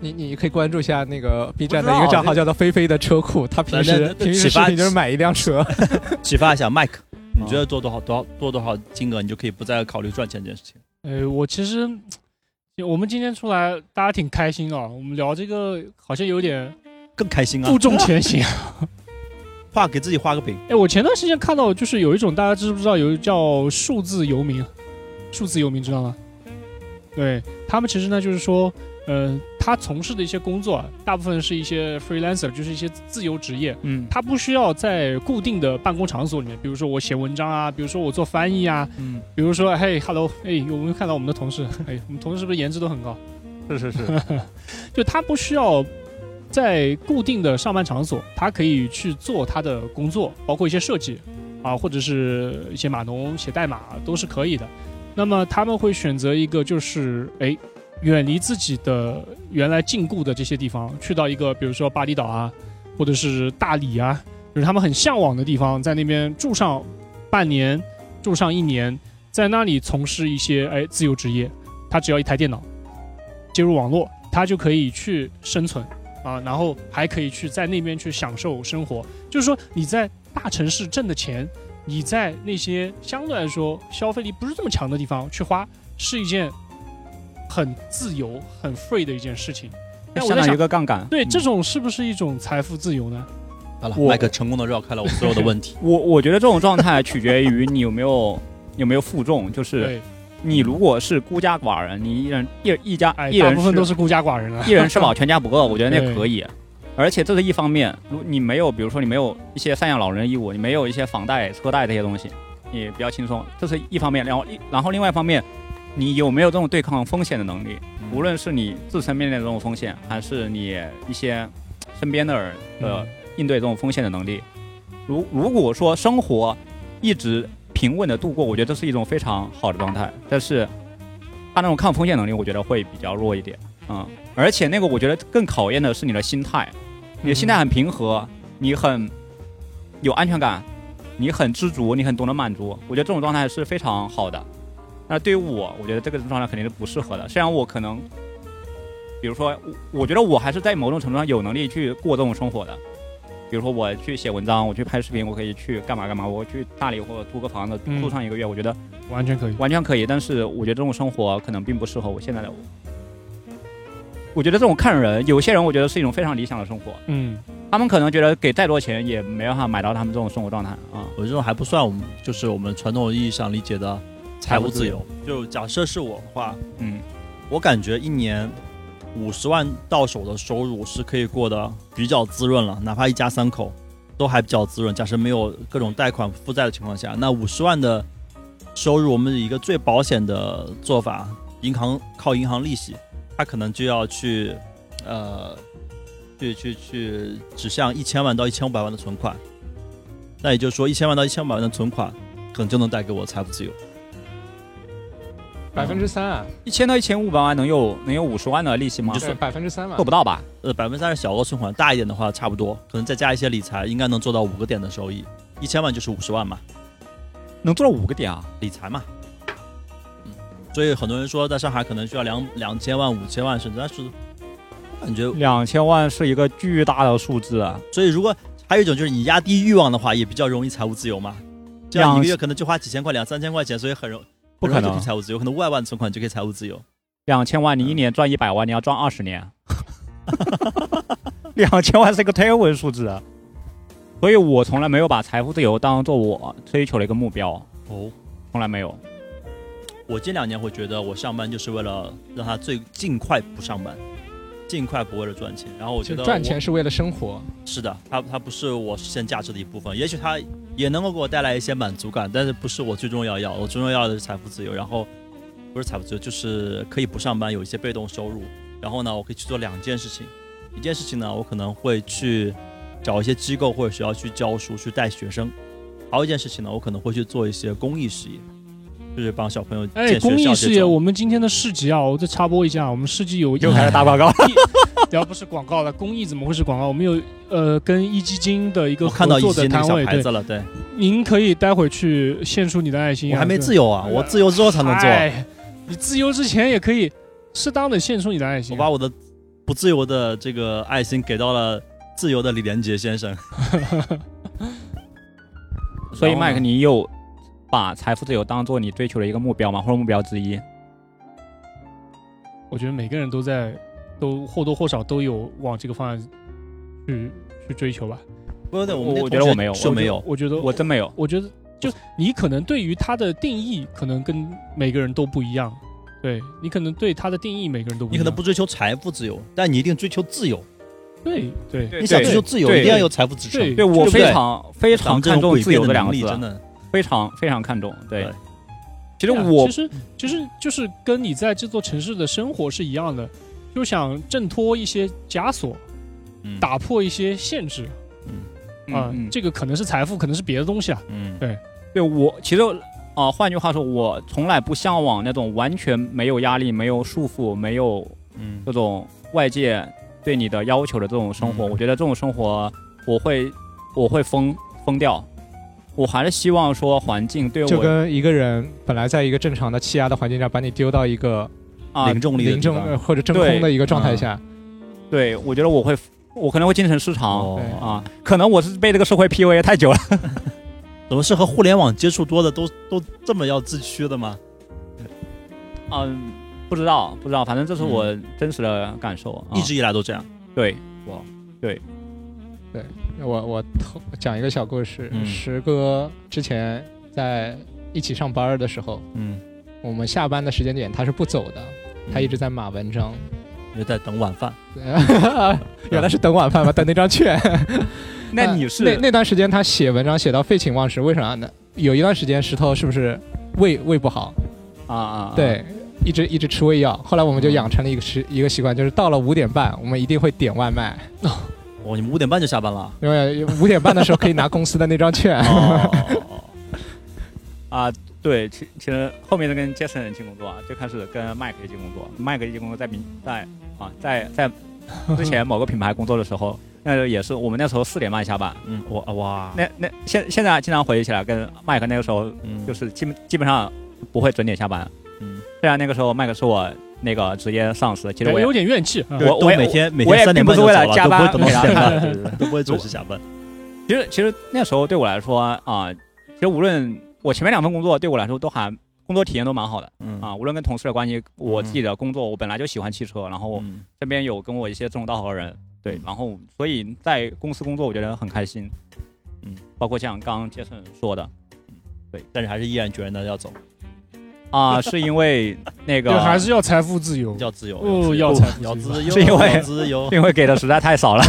[SPEAKER 4] 你你可以关注一下那个 B
[SPEAKER 1] 知道
[SPEAKER 4] 站的一个账号，叫做“菲菲的车库”，他
[SPEAKER 3] 那
[SPEAKER 4] 平
[SPEAKER 3] 那
[SPEAKER 4] 时
[SPEAKER 3] 那
[SPEAKER 4] 平
[SPEAKER 3] 启
[SPEAKER 4] 时视
[SPEAKER 3] 发
[SPEAKER 4] 频就是买一辆
[SPEAKER 3] (laughs)
[SPEAKER 4] 车。
[SPEAKER 3] 启发一下 Mike，你
[SPEAKER 1] 哦
[SPEAKER 3] 觉得做多少多少做多少金额，你就可以不再考虑赚钱这件事情？
[SPEAKER 2] 呃，我其实我们今天出来，大家挺开心的啊。我们聊这个好像有点
[SPEAKER 3] 更开心啊
[SPEAKER 2] 负！重前行。
[SPEAKER 3] 画给自己画个饼，
[SPEAKER 2] (laughs) 哎，我前段时间看到，就是有一种大家知不知道有叫数字游民，数字游民知道吗？对他们其实呢，就是说，呃，他从事的一些工作，啊大部分是一些 freelancer，就是一些自由职业，
[SPEAKER 1] 嗯
[SPEAKER 2] 他不需要在固定的办公场所里面，比如说我写文章啊，比如说我做翻译啊，
[SPEAKER 1] 嗯，
[SPEAKER 2] 比如说，嘿，hello，哎，我们看到我们的同事，哎，我们同事是不是颜值都很高？
[SPEAKER 1] 是是是，
[SPEAKER 2] 就他不需要在固定的上班场所，他可以去做他的工作，包括一些设计啊，或者是一些码农、写代码都是可以的。那么他们会选择一个就是哎，远离自己的原来禁锢的这些地方，去到一个比如说巴厘岛啊，或者是大理啊，就是他们很向往的地方，在那边住上半年，住上一年，在那里从事一些哎自由职业，他只要一台电脑。接入网络，他就可以去生存啊，然后还可以去在那边去享受生活。就是说，你在大城市挣的钱，你在那些相对来说消费力不是这么强的地方去花，是一件很自由、很 free 的一件事情。那我在
[SPEAKER 1] 相当于
[SPEAKER 2] 想
[SPEAKER 1] 一，个杠杆。嗯
[SPEAKER 2] 对这种是不是一种财富自由呢？
[SPEAKER 3] 好了
[SPEAKER 1] 我。
[SPEAKER 3] ，Mike 成功的绕开了我所有的问 (laughs) 题
[SPEAKER 1] 我我觉得这种状态取决于你有没有有没有负重，就是
[SPEAKER 2] 对，
[SPEAKER 1] 你如果是孤家寡人，你一人一一家
[SPEAKER 2] 哎，
[SPEAKER 1] 一
[SPEAKER 2] 大
[SPEAKER 1] 人
[SPEAKER 2] 部分
[SPEAKER 1] 吃
[SPEAKER 2] 都是孤家寡人啊了。
[SPEAKER 1] 一
[SPEAKER 2] (laughs)
[SPEAKER 1] 人吃饱全家不饿，我觉得那
[SPEAKER 2] 对
[SPEAKER 1] 可以。而且这是一方面，如你没有，比如说你没有一些赡养老人的义务，你没有一些房贷、车贷这些东西，你比较轻松，这是一方面。然后一然后另外一方面，你有没有这种对抗风险的能力？
[SPEAKER 3] 嗯
[SPEAKER 1] 无论是你自身面临的这种风险，还是你一些身边的人的
[SPEAKER 4] 嗯
[SPEAKER 1] 应对这种风险的能力，如如果说生活一直平稳的度过，我觉得这是一种非常好的状态。但是他那种抗风险能力，我觉得会比较弱一点。嗯，而且那个我觉得更考验的是你的心态，你的心态很平和，你很有安全感，你很知足，你很懂得满足。我觉得这种状态是非常好的。那对于我，我觉得这个状态肯定是不适合的。虽然我可能，比如说，我我觉得我还是在某种程度上有能力去过这种生活的。比如说，我去写文章，我去拍视频，我可以去干嘛干嘛，我去大理或者租个房子
[SPEAKER 2] 嗯
[SPEAKER 1] 住上一个月，我觉得
[SPEAKER 2] 完全可以。
[SPEAKER 1] 完全可以。但是我觉得这种生活可能并不适合我现在的我。我觉得这种看人，有些人我觉得是一种非常理想的生活，
[SPEAKER 2] 嗯，
[SPEAKER 1] 他们可能觉得给再多钱也没办法买到他们这种生活状态啊、
[SPEAKER 3] 我这种还不算我们就是我们传统意义上理解的财务自由。就假设是我的话，
[SPEAKER 1] 嗯，
[SPEAKER 3] 我感觉一年五十万到手的收入是可以过得比较滋润了，哪怕一家三口都还比较滋润。假设没有各种贷款负债的情况下，那五十万的收入，我们以一个最保险的做法，银行靠银行利息，它可能就要去呃去去去指向一千万到一千五百万的存款。那也就是说，一千万到一千五百万的存款，可能就能带给我财富自由。
[SPEAKER 4] 百分之三，啊
[SPEAKER 1] 一千到一千五百万能有能有五十万的利息吗？
[SPEAKER 4] 对，百分之三嘛
[SPEAKER 1] 够，不到吧？
[SPEAKER 3] 呃，百分之三是小额存款，大一点的话差不多，可能再加一些理财，应该能做到五个点的收益。一千万就是五十万嘛，
[SPEAKER 1] 能做到五个点啊？
[SPEAKER 3] 理财嘛。嗯，所以很多人说在上海可能需要两两千万、五千万甚至，但是我感觉，
[SPEAKER 1] 两千万是一个巨大的数字啊！
[SPEAKER 3] 所以如果还有一种就是你压低欲望的话，也比较容易财务自由嘛。这样
[SPEAKER 1] 两
[SPEAKER 3] 一个月可能就花几千块、两三千块钱，所以很容
[SPEAKER 1] 不可
[SPEAKER 3] 很容易就
[SPEAKER 1] 能
[SPEAKER 3] 以，财务自由，可能五百万存款就可以财务自由。
[SPEAKER 1] 两千万你一年赚一百万，你要赚二十年， (laughs) 两千万是一个天文数字啊！所以我从来没有把财富自由当做我追求的一个目标，
[SPEAKER 3] 哦，
[SPEAKER 1] 从来没有。
[SPEAKER 3] 我近两年会觉得，我上班就是为了让他最尽快不上班，尽快不为了赚钱。然后我觉
[SPEAKER 4] 就
[SPEAKER 3] 得
[SPEAKER 4] 赚
[SPEAKER 3] 我
[SPEAKER 4] 钱是为了生活，
[SPEAKER 3] 是的，它它不是我实现价值的一部分，也许它也能够给我带来一些满足感，但是不是我最重要要，我最重要的是财富自由，然后不是财富自由，就是可以不上班，有一些被动收入，然后呢，我可以去做两件事情，一件事情呢，我可能会去找一些机构或者学校去教书，去带学生，还有一件事情呢，我可能会去做一些公益事业，就是帮小朋友建
[SPEAKER 2] 哎，
[SPEAKER 3] 学校
[SPEAKER 2] 公益事业，
[SPEAKER 3] 这种
[SPEAKER 2] 我们今天的市集啊，我再插播一下，我们市集有
[SPEAKER 1] 又开始打广告，
[SPEAKER 2] 然后不是广告了，公益怎么会是广告？我们有呃跟壹基金的一个
[SPEAKER 3] 我
[SPEAKER 2] 合
[SPEAKER 3] 看到一
[SPEAKER 2] 作的
[SPEAKER 3] 些那
[SPEAKER 2] 摊
[SPEAKER 3] 个小
[SPEAKER 2] 位，
[SPEAKER 3] 孩
[SPEAKER 2] 对，
[SPEAKER 3] 子了，对
[SPEAKER 2] 您可以待会去献出你的爱心
[SPEAKER 3] 我
[SPEAKER 2] 啊。
[SPEAKER 3] 还没
[SPEAKER 2] 对
[SPEAKER 3] 自由啊，我自由之后才能做。
[SPEAKER 2] 哎你自由之前也可以适当的献出你的爱
[SPEAKER 3] 我
[SPEAKER 2] 心啊。
[SPEAKER 3] 把我的不自由的这个爱心给到了自由的李连杰先生。
[SPEAKER 1] (laughs) 所以
[SPEAKER 3] 然后呢
[SPEAKER 1] 麦克，你有把财富自由当做你追求的一个目标吗？或者目标之一？
[SPEAKER 2] 我觉得每个人都在都或多或少都有往这个方向去去追求吧。
[SPEAKER 3] 不对，我们
[SPEAKER 1] 我
[SPEAKER 3] 那
[SPEAKER 1] 我
[SPEAKER 3] 同
[SPEAKER 1] 觉得
[SPEAKER 3] 学
[SPEAKER 1] 我没有
[SPEAKER 3] 说
[SPEAKER 1] 我
[SPEAKER 3] 没
[SPEAKER 1] 觉
[SPEAKER 3] 有，
[SPEAKER 2] 我觉得
[SPEAKER 1] 我真没有。
[SPEAKER 2] 我觉得就你可能对于它的定义，可能跟每个人都不一样。对你可能对它的定义，每个人都不
[SPEAKER 3] 你
[SPEAKER 2] 一样。
[SPEAKER 3] 可能不追求财富自由，但你一定追求自由。
[SPEAKER 2] 对对
[SPEAKER 1] 对
[SPEAKER 3] 你想追求自由，
[SPEAKER 1] 对
[SPEAKER 3] 一定要有财富支撑。
[SPEAKER 2] 对
[SPEAKER 1] 对我
[SPEAKER 3] 对不对
[SPEAKER 1] 非常非常
[SPEAKER 3] 这
[SPEAKER 1] 看
[SPEAKER 3] 种
[SPEAKER 1] 重
[SPEAKER 3] 诡
[SPEAKER 1] 自
[SPEAKER 3] 辩的
[SPEAKER 1] 由这两
[SPEAKER 3] 能
[SPEAKER 1] 个
[SPEAKER 3] 力，真
[SPEAKER 1] 字，啊
[SPEAKER 3] 的
[SPEAKER 1] 非常非常看重。对
[SPEAKER 3] 对，
[SPEAKER 1] 其实
[SPEAKER 2] 对啊
[SPEAKER 1] 我
[SPEAKER 2] 其实其实就是跟你在这座城市的生活是一样的，就想挣脱一些枷锁，
[SPEAKER 3] 嗯
[SPEAKER 2] 打破一些限制啊、
[SPEAKER 1] 嗯嗯
[SPEAKER 2] 这个可能是财富，可能是别的东西啊。
[SPEAKER 3] 嗯
[SPEAKER 1] 对我其实啊、呃换句话说，我从来不向往那种完全没有压力、没有束缚、没有呃
[SPEAKER 3] 嗯
[SPEAKER 1] 这种外界对你的要求的这种生活。
[SPEAKER 3] 嗯
[SPEAKER 1] 我觉得这种生活，我会我会疯疯掉。我还是希望说环境对
[SPEAKER 4] 就
[SPEAKER 1] 我
[SPEAKER 4] 跟一个人本来在一个正常的气压的环境下，把你丢到一个
[SPEAKER 1] 啊
[SPEAKER 3] 零，重力的
[SPEAKER 4] 零
[SPEAKER 3] 地
[SPEAKER 4] 正
[SPEAKER 3] 方
[SPEAKER 4] 呃或者真空的一个状态下，
[SPEAKER 1] 对我觉得我会我可能会精神失常。
[SPEAKER 3] 哦
[SPEAKER 1] 啊，可能我是被这个社会 PUA 太久了。
[SPEAKER 3] 怎么是和互联网接触多的都都这么要自驱的吗？
[SPEAKER 1] 嗯，不知道，不知道，反正这是我真实的感受。啊
[SPEAKER 3] 一直以来都这样。
[SPEAKER 1] 对，
[SPEAKER 4] 我我偷讲一个小故事，
[SPEAKER 3] 嗯
[SPEAKER 4] 石哥之前在一起上班的时候，
[SPEAKER 3] 嗯，
[SPEAKER 4] 我们下班的时间点他是不走的，他一直在码文
[SPEAKER 3] (laughs)
[SPEAKER 4] 章，
[SPEAKER 3] 就嗯在等晚饭。
[SPEAKER 4] 原来是等晚饭吧，等那
[SPEAKER 3] (laughs)
[SPEAKER 4] 张券。啊
[SPEAKER 1] 那你是
[SPEAKER 4] 那那段时间他写文章写到废寝忘食，为啥呢？有一段时间石头是不是胃胃不好？
[SPEAKER 1] 啊啊，啊，嗯
[SPEAKER 4] 对，一直一直吃胃药。后来我们就养成了一个习一个习惯，就是到了五点半，我们一定会点外卖。
[SPEAKER 3] 哦，你们五点半就下班了？。
[SPEAKER 4] 因为五点半的时候可以拿公司的那张券
[SPEAKER 3] 哦，
[SPEAKER 1] 啊，对，其其实后面是跟 Jason 一起工作，啊，最开始跟 Mike 一起工作，Mike 一起工作在明在啊在在之前某个品牌工作的时候，那时候也是我们那时候四点半下班，
[SPEAKER 3] 嗯，我哇，
[SPEAKER 1] 那那现现在经常回忆起来，跟 Mike 那个时候
[SPEAKER 3] 嗯
[SPEAKER 1] 就是基本基本上不会准点下班，
[SPEAKER 3] 嗯，
[SPEAKER 1] 虽然那个时候 Mike 是我那个直接上司，其实我
[SPEAKER 2] 有
[SPEAKER 1] 也
[SPEAKER 2] 点怨气。啊
[SPEAKER 1] 我
[SPEAKER 3] 都
[SPEAKER 1] 我也
[SPEAKER 3] 每天每
[SPEAKER 1] 我也
[SPEAKER 3] 天三点
[SPEAKER 1] 并不
[SPEAKER 3] 半就走
[SPEAKER 1] 是为了
[SPEAKER 3] 了，
[SPEAKER 1] 加班 (laughs)
[SPEAKER 3] 都不会等到
[SPEAKER 1] 给
[SPEAKER 3] 四点
[SPEAKER 1] 他
[SPEAKER 3] 半，对对对都不会准时下
[SPEAKER 1] (laughs)
[SPEAKER 3] 班。
[SPEAKER 1] 其实其实那时候对我来说啊，其实无论我前面两份工作对我来说都还工作体验都蛮好的
[SPEAKER 3] 嗯
[SPEAKER 1] 啊，无论跟同事的关系，我
[SPEAKER 3] 嗯
[SPEAKER 1] 自己的工作，我本来就喜欢汽车，然后
[SPEAKER 3] 嗯
[SPEAKER 1] 身边有跟我一些志同道合的人，对
[SPEAKER 3] 嗯，
[SPEAKER 1] 然后所以在公司工作我觉得很开心，
[SPEAKER 3] 嗯，
[SPEAKER 1] 包括像刚刚杰森说的
[SPEAKER 3] 但是还是毅然决然的要走，
[SPEAKER 1] 啊，是因为
[SPEAKER 3] (laughs)
[SPEAKER 1] 那
[SPEAKER 2] 就
[SPEAKER 1] 个
[SPEAKER 2] 还是要财富自由。
[SPEAKER 3] 要自由，
[SPEAKER 2] 哦
[SPEAKER 3] 要
[SPEAKER 2] 要
[SPEAKER 3] 自由要
[SPEAKER 2] 自
[SPEAKER 3] 自由，
[SPEAKER 1] 是因为
[SPEAKER 3] 要自由，
[SPEAKER 1] 因为给的实在太少了，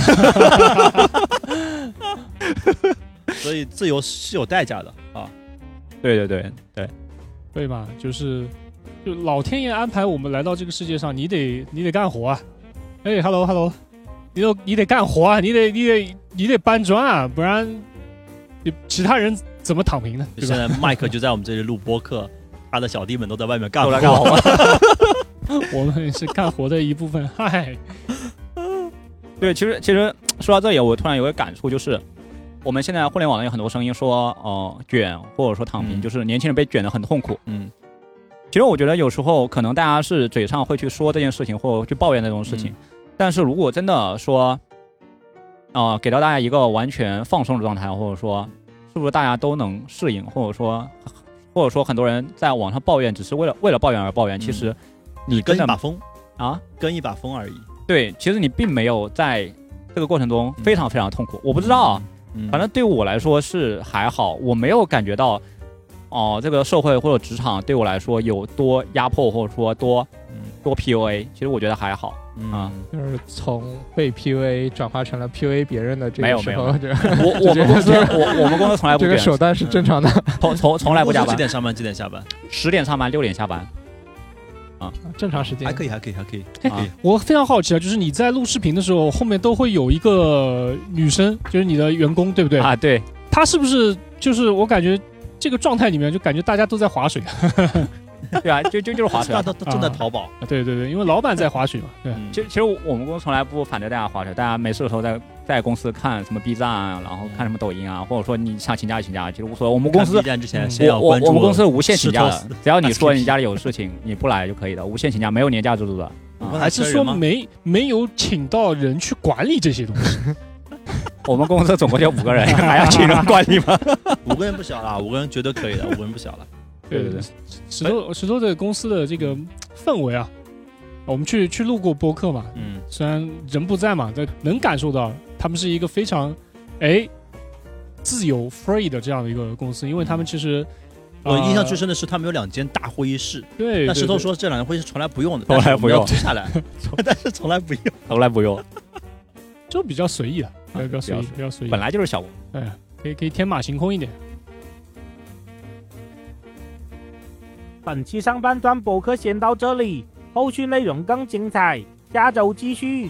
[SPEAKER 3] 所以自由是有代价的啊。
[SPEAKER 1] 对对对对，
[SPEAKER 2] 对吧？就是，就老天爷安排我们来到这个世界上，你得你得干活啊！哎，hello hello，你都你得干活啊，你得你得你得搬砖啊，不然你其他人怎么躺平呢？
[SPEAKER 3] 就
[SPEAKER 2] 对
[SPEAKER 3] 现
[SPEAKER 1] 啊
[SPEAKER 2] 吧？
[SPEAKER 3] 在麦克就在我们这里录播客，他的小弟们都在外 (laughs) 面干
[SPEAKER 1] 都
[SPEAKER 3] 活，
[SPEAKER 1] 来干活。
[SPEAKER 2] (laughs) 我们是干活的一部分。嗨，
[SPEAKER 1] 对，其实其实说到这里，我突然有个感触，就是我们现在互联网上有很多声音说，呃，卷或者说躺平，
[SPEAKER 3] 嗯
[SPEAKER 1] 就是年轻人被卷得很痛苦。
[SPEAKER 3] 嗯，
[SPEAKER 1] 其实我觉得有时候可能大家是嘴上会去说这件事情，或者去抱怨这种事情，
[SPEAKER 3] 嗯
[SPEAKER 1] 但是如果真的说，呃，给到大家一个完全放松的状态，或者说是不是大家都能适应，或者说或者说很多人在网上抱怨，只是为了为了抱怨而抱怨，
[SPEAKER 3] 嗯
[SPEAKER 1] 其实
[SPEAKER 3] 你跟一
[SPEAKER 1] 真的
[SPEAKER 3] 把风，
[SPEAKER 1] 啊，
[SPEAKER 3] 跟一把风而已。
[SPEAKER 1] 对，其实你并没有在这个过程中非常非常痛苦。我不知道，啊
[SPEAKER 3] 嗯，
[SPEAKER 1] 反正对我来说是还好，我没有感觉到，哦、这个社会或者职场对我来说有多压迫，或者说多多 PUA。其实我觉得还好，
[SPEAKER 3] 嗯
[SPEAKER 1] 啊，
[SPEAKER 4] (laughs) 就是从被 PUA 转化成了 PUA 别人的这
[SPEAKER 1] 没有
[SPEAKER 4] 个时
[SPEAKER 1] 没有
[SPEAKER 4] 候，这个
[SPEAKER 1] 我我们公司我我们公司从来不
[SPEAKER 4] 这个
[SPEAKER 1] 卷，嗯
[SPEAKER 4] 手段是正常的，
[SPEAKER 1] 从从从来不加
[SPEAKER 3] 几
[SPEAKER 1] 班，
[SPEAKER 3] 点上班几点下班，
[SPEAKER 1] 十点上班，六点下班。
[SPEAKER 4] 正常时间
[SPEAKER 3] 还。哎可以还可以还可以。
[SPEAKER 2] 我非常好奇啊，就是你在录视频的时候，后面都会有一个女生，就是你的员工，对不对？
[SPEAKER 1] 啊，对，
[SPEAKER 2] 她是不是就是我感觉这个状态里面，就感觉大家都在划水啊？
[SPEAKER 1] 对啊，就就就是划水
[SPEAKER 3] 他 (laughs)
[SPEAKER 1] 啊。
[SPEAKER 3] 他他正在淘宝，
[SPEAKER 2] 对对对，因为老板在划水嘛。对，
[SPEAKER 3] 嗯
[SPEAKER 1] 其实其实我们公司从来不反对大家划水，大家没事的时候在在公司看什么 B 站啊，然后看什么抖音啊，或者说你想请假就请假，其实无所谓。我们公司嗯
[SPEAKER 3] 看 B 站之前先
[SPEAKER 1] 我
[SPEAKER 3] 要
[SPEAKER 1] 我
[SPEAKER 3] 关注
[SPEAKER 1] 我们公司无限请假
[SPEAKER 3] 石头，
[SPEAKER 1] 的只要你说你家里有事情，你不来就可以的，无限请假，没有年假制度的。啊
[SPEAKER 3] 你刚才
[SPEAKER 2] 还是
[SPEAKER 3] 缺
[SPEAKER 2] 说
[SPEAKER 3] 人吗
[SPEAKER 2] 没没有请到人去管理这些东西？
[SPEAKER 1] 我们公司总共就五个人， (laughs) 还要请人管理
[SPEAKER 3] (laughs)
[SPEAKER 1] 吗？
[SPEAKER 3] 五个人不小了，五个人绝对可以的，五个人不小了。
[SPEAKER 1] 对对
[SPEAKER 2] 嗯
[SPEAKER 1] 对，哎
[SPEAKER 2] 石头石头的公司的这个氛围啊，我们去去录过播客嘛，
[SPEAKER 3] 嗯，
[SPEAKER 2] 虽然人不在嘛，但能感受到他们是一个非常哎自由 free 的这样的一个公司，因为他们其实、
[SPEAKER 3] 我
[SPEAKER 2] 呃
[SPEAKER 3] 印象最深的是他们有两间大会议室，
[SPEAKER 2] 对，
[SPEAKER 3] 但
[SPEAKER 2] 对
[SPEAKER 3] 石头
[SPEAKER 2] 对
[SPEAKER 3] 说这两间会议室从来不用的，
[SPEAKER 1] 从来
[SPEAKER 3] 但是我们
[SPEAKER 1] 不用
[SPEAKER 3] 要租下来，但是从来不用。
[SPEAKER 1] 从来不用，
[SPEAKER 2] 就比较随意了，
[SPEAKER 3] 啊
[SPEAKER 2] 比较比较随意，比较随意
[SPEAKER 1] 本，来就是小公
[SPEAKER 2] 可以可以天马行空一点。
[SPEAKER 7] 本期上半段播客先到这里，后续内容更精彩，下周继续。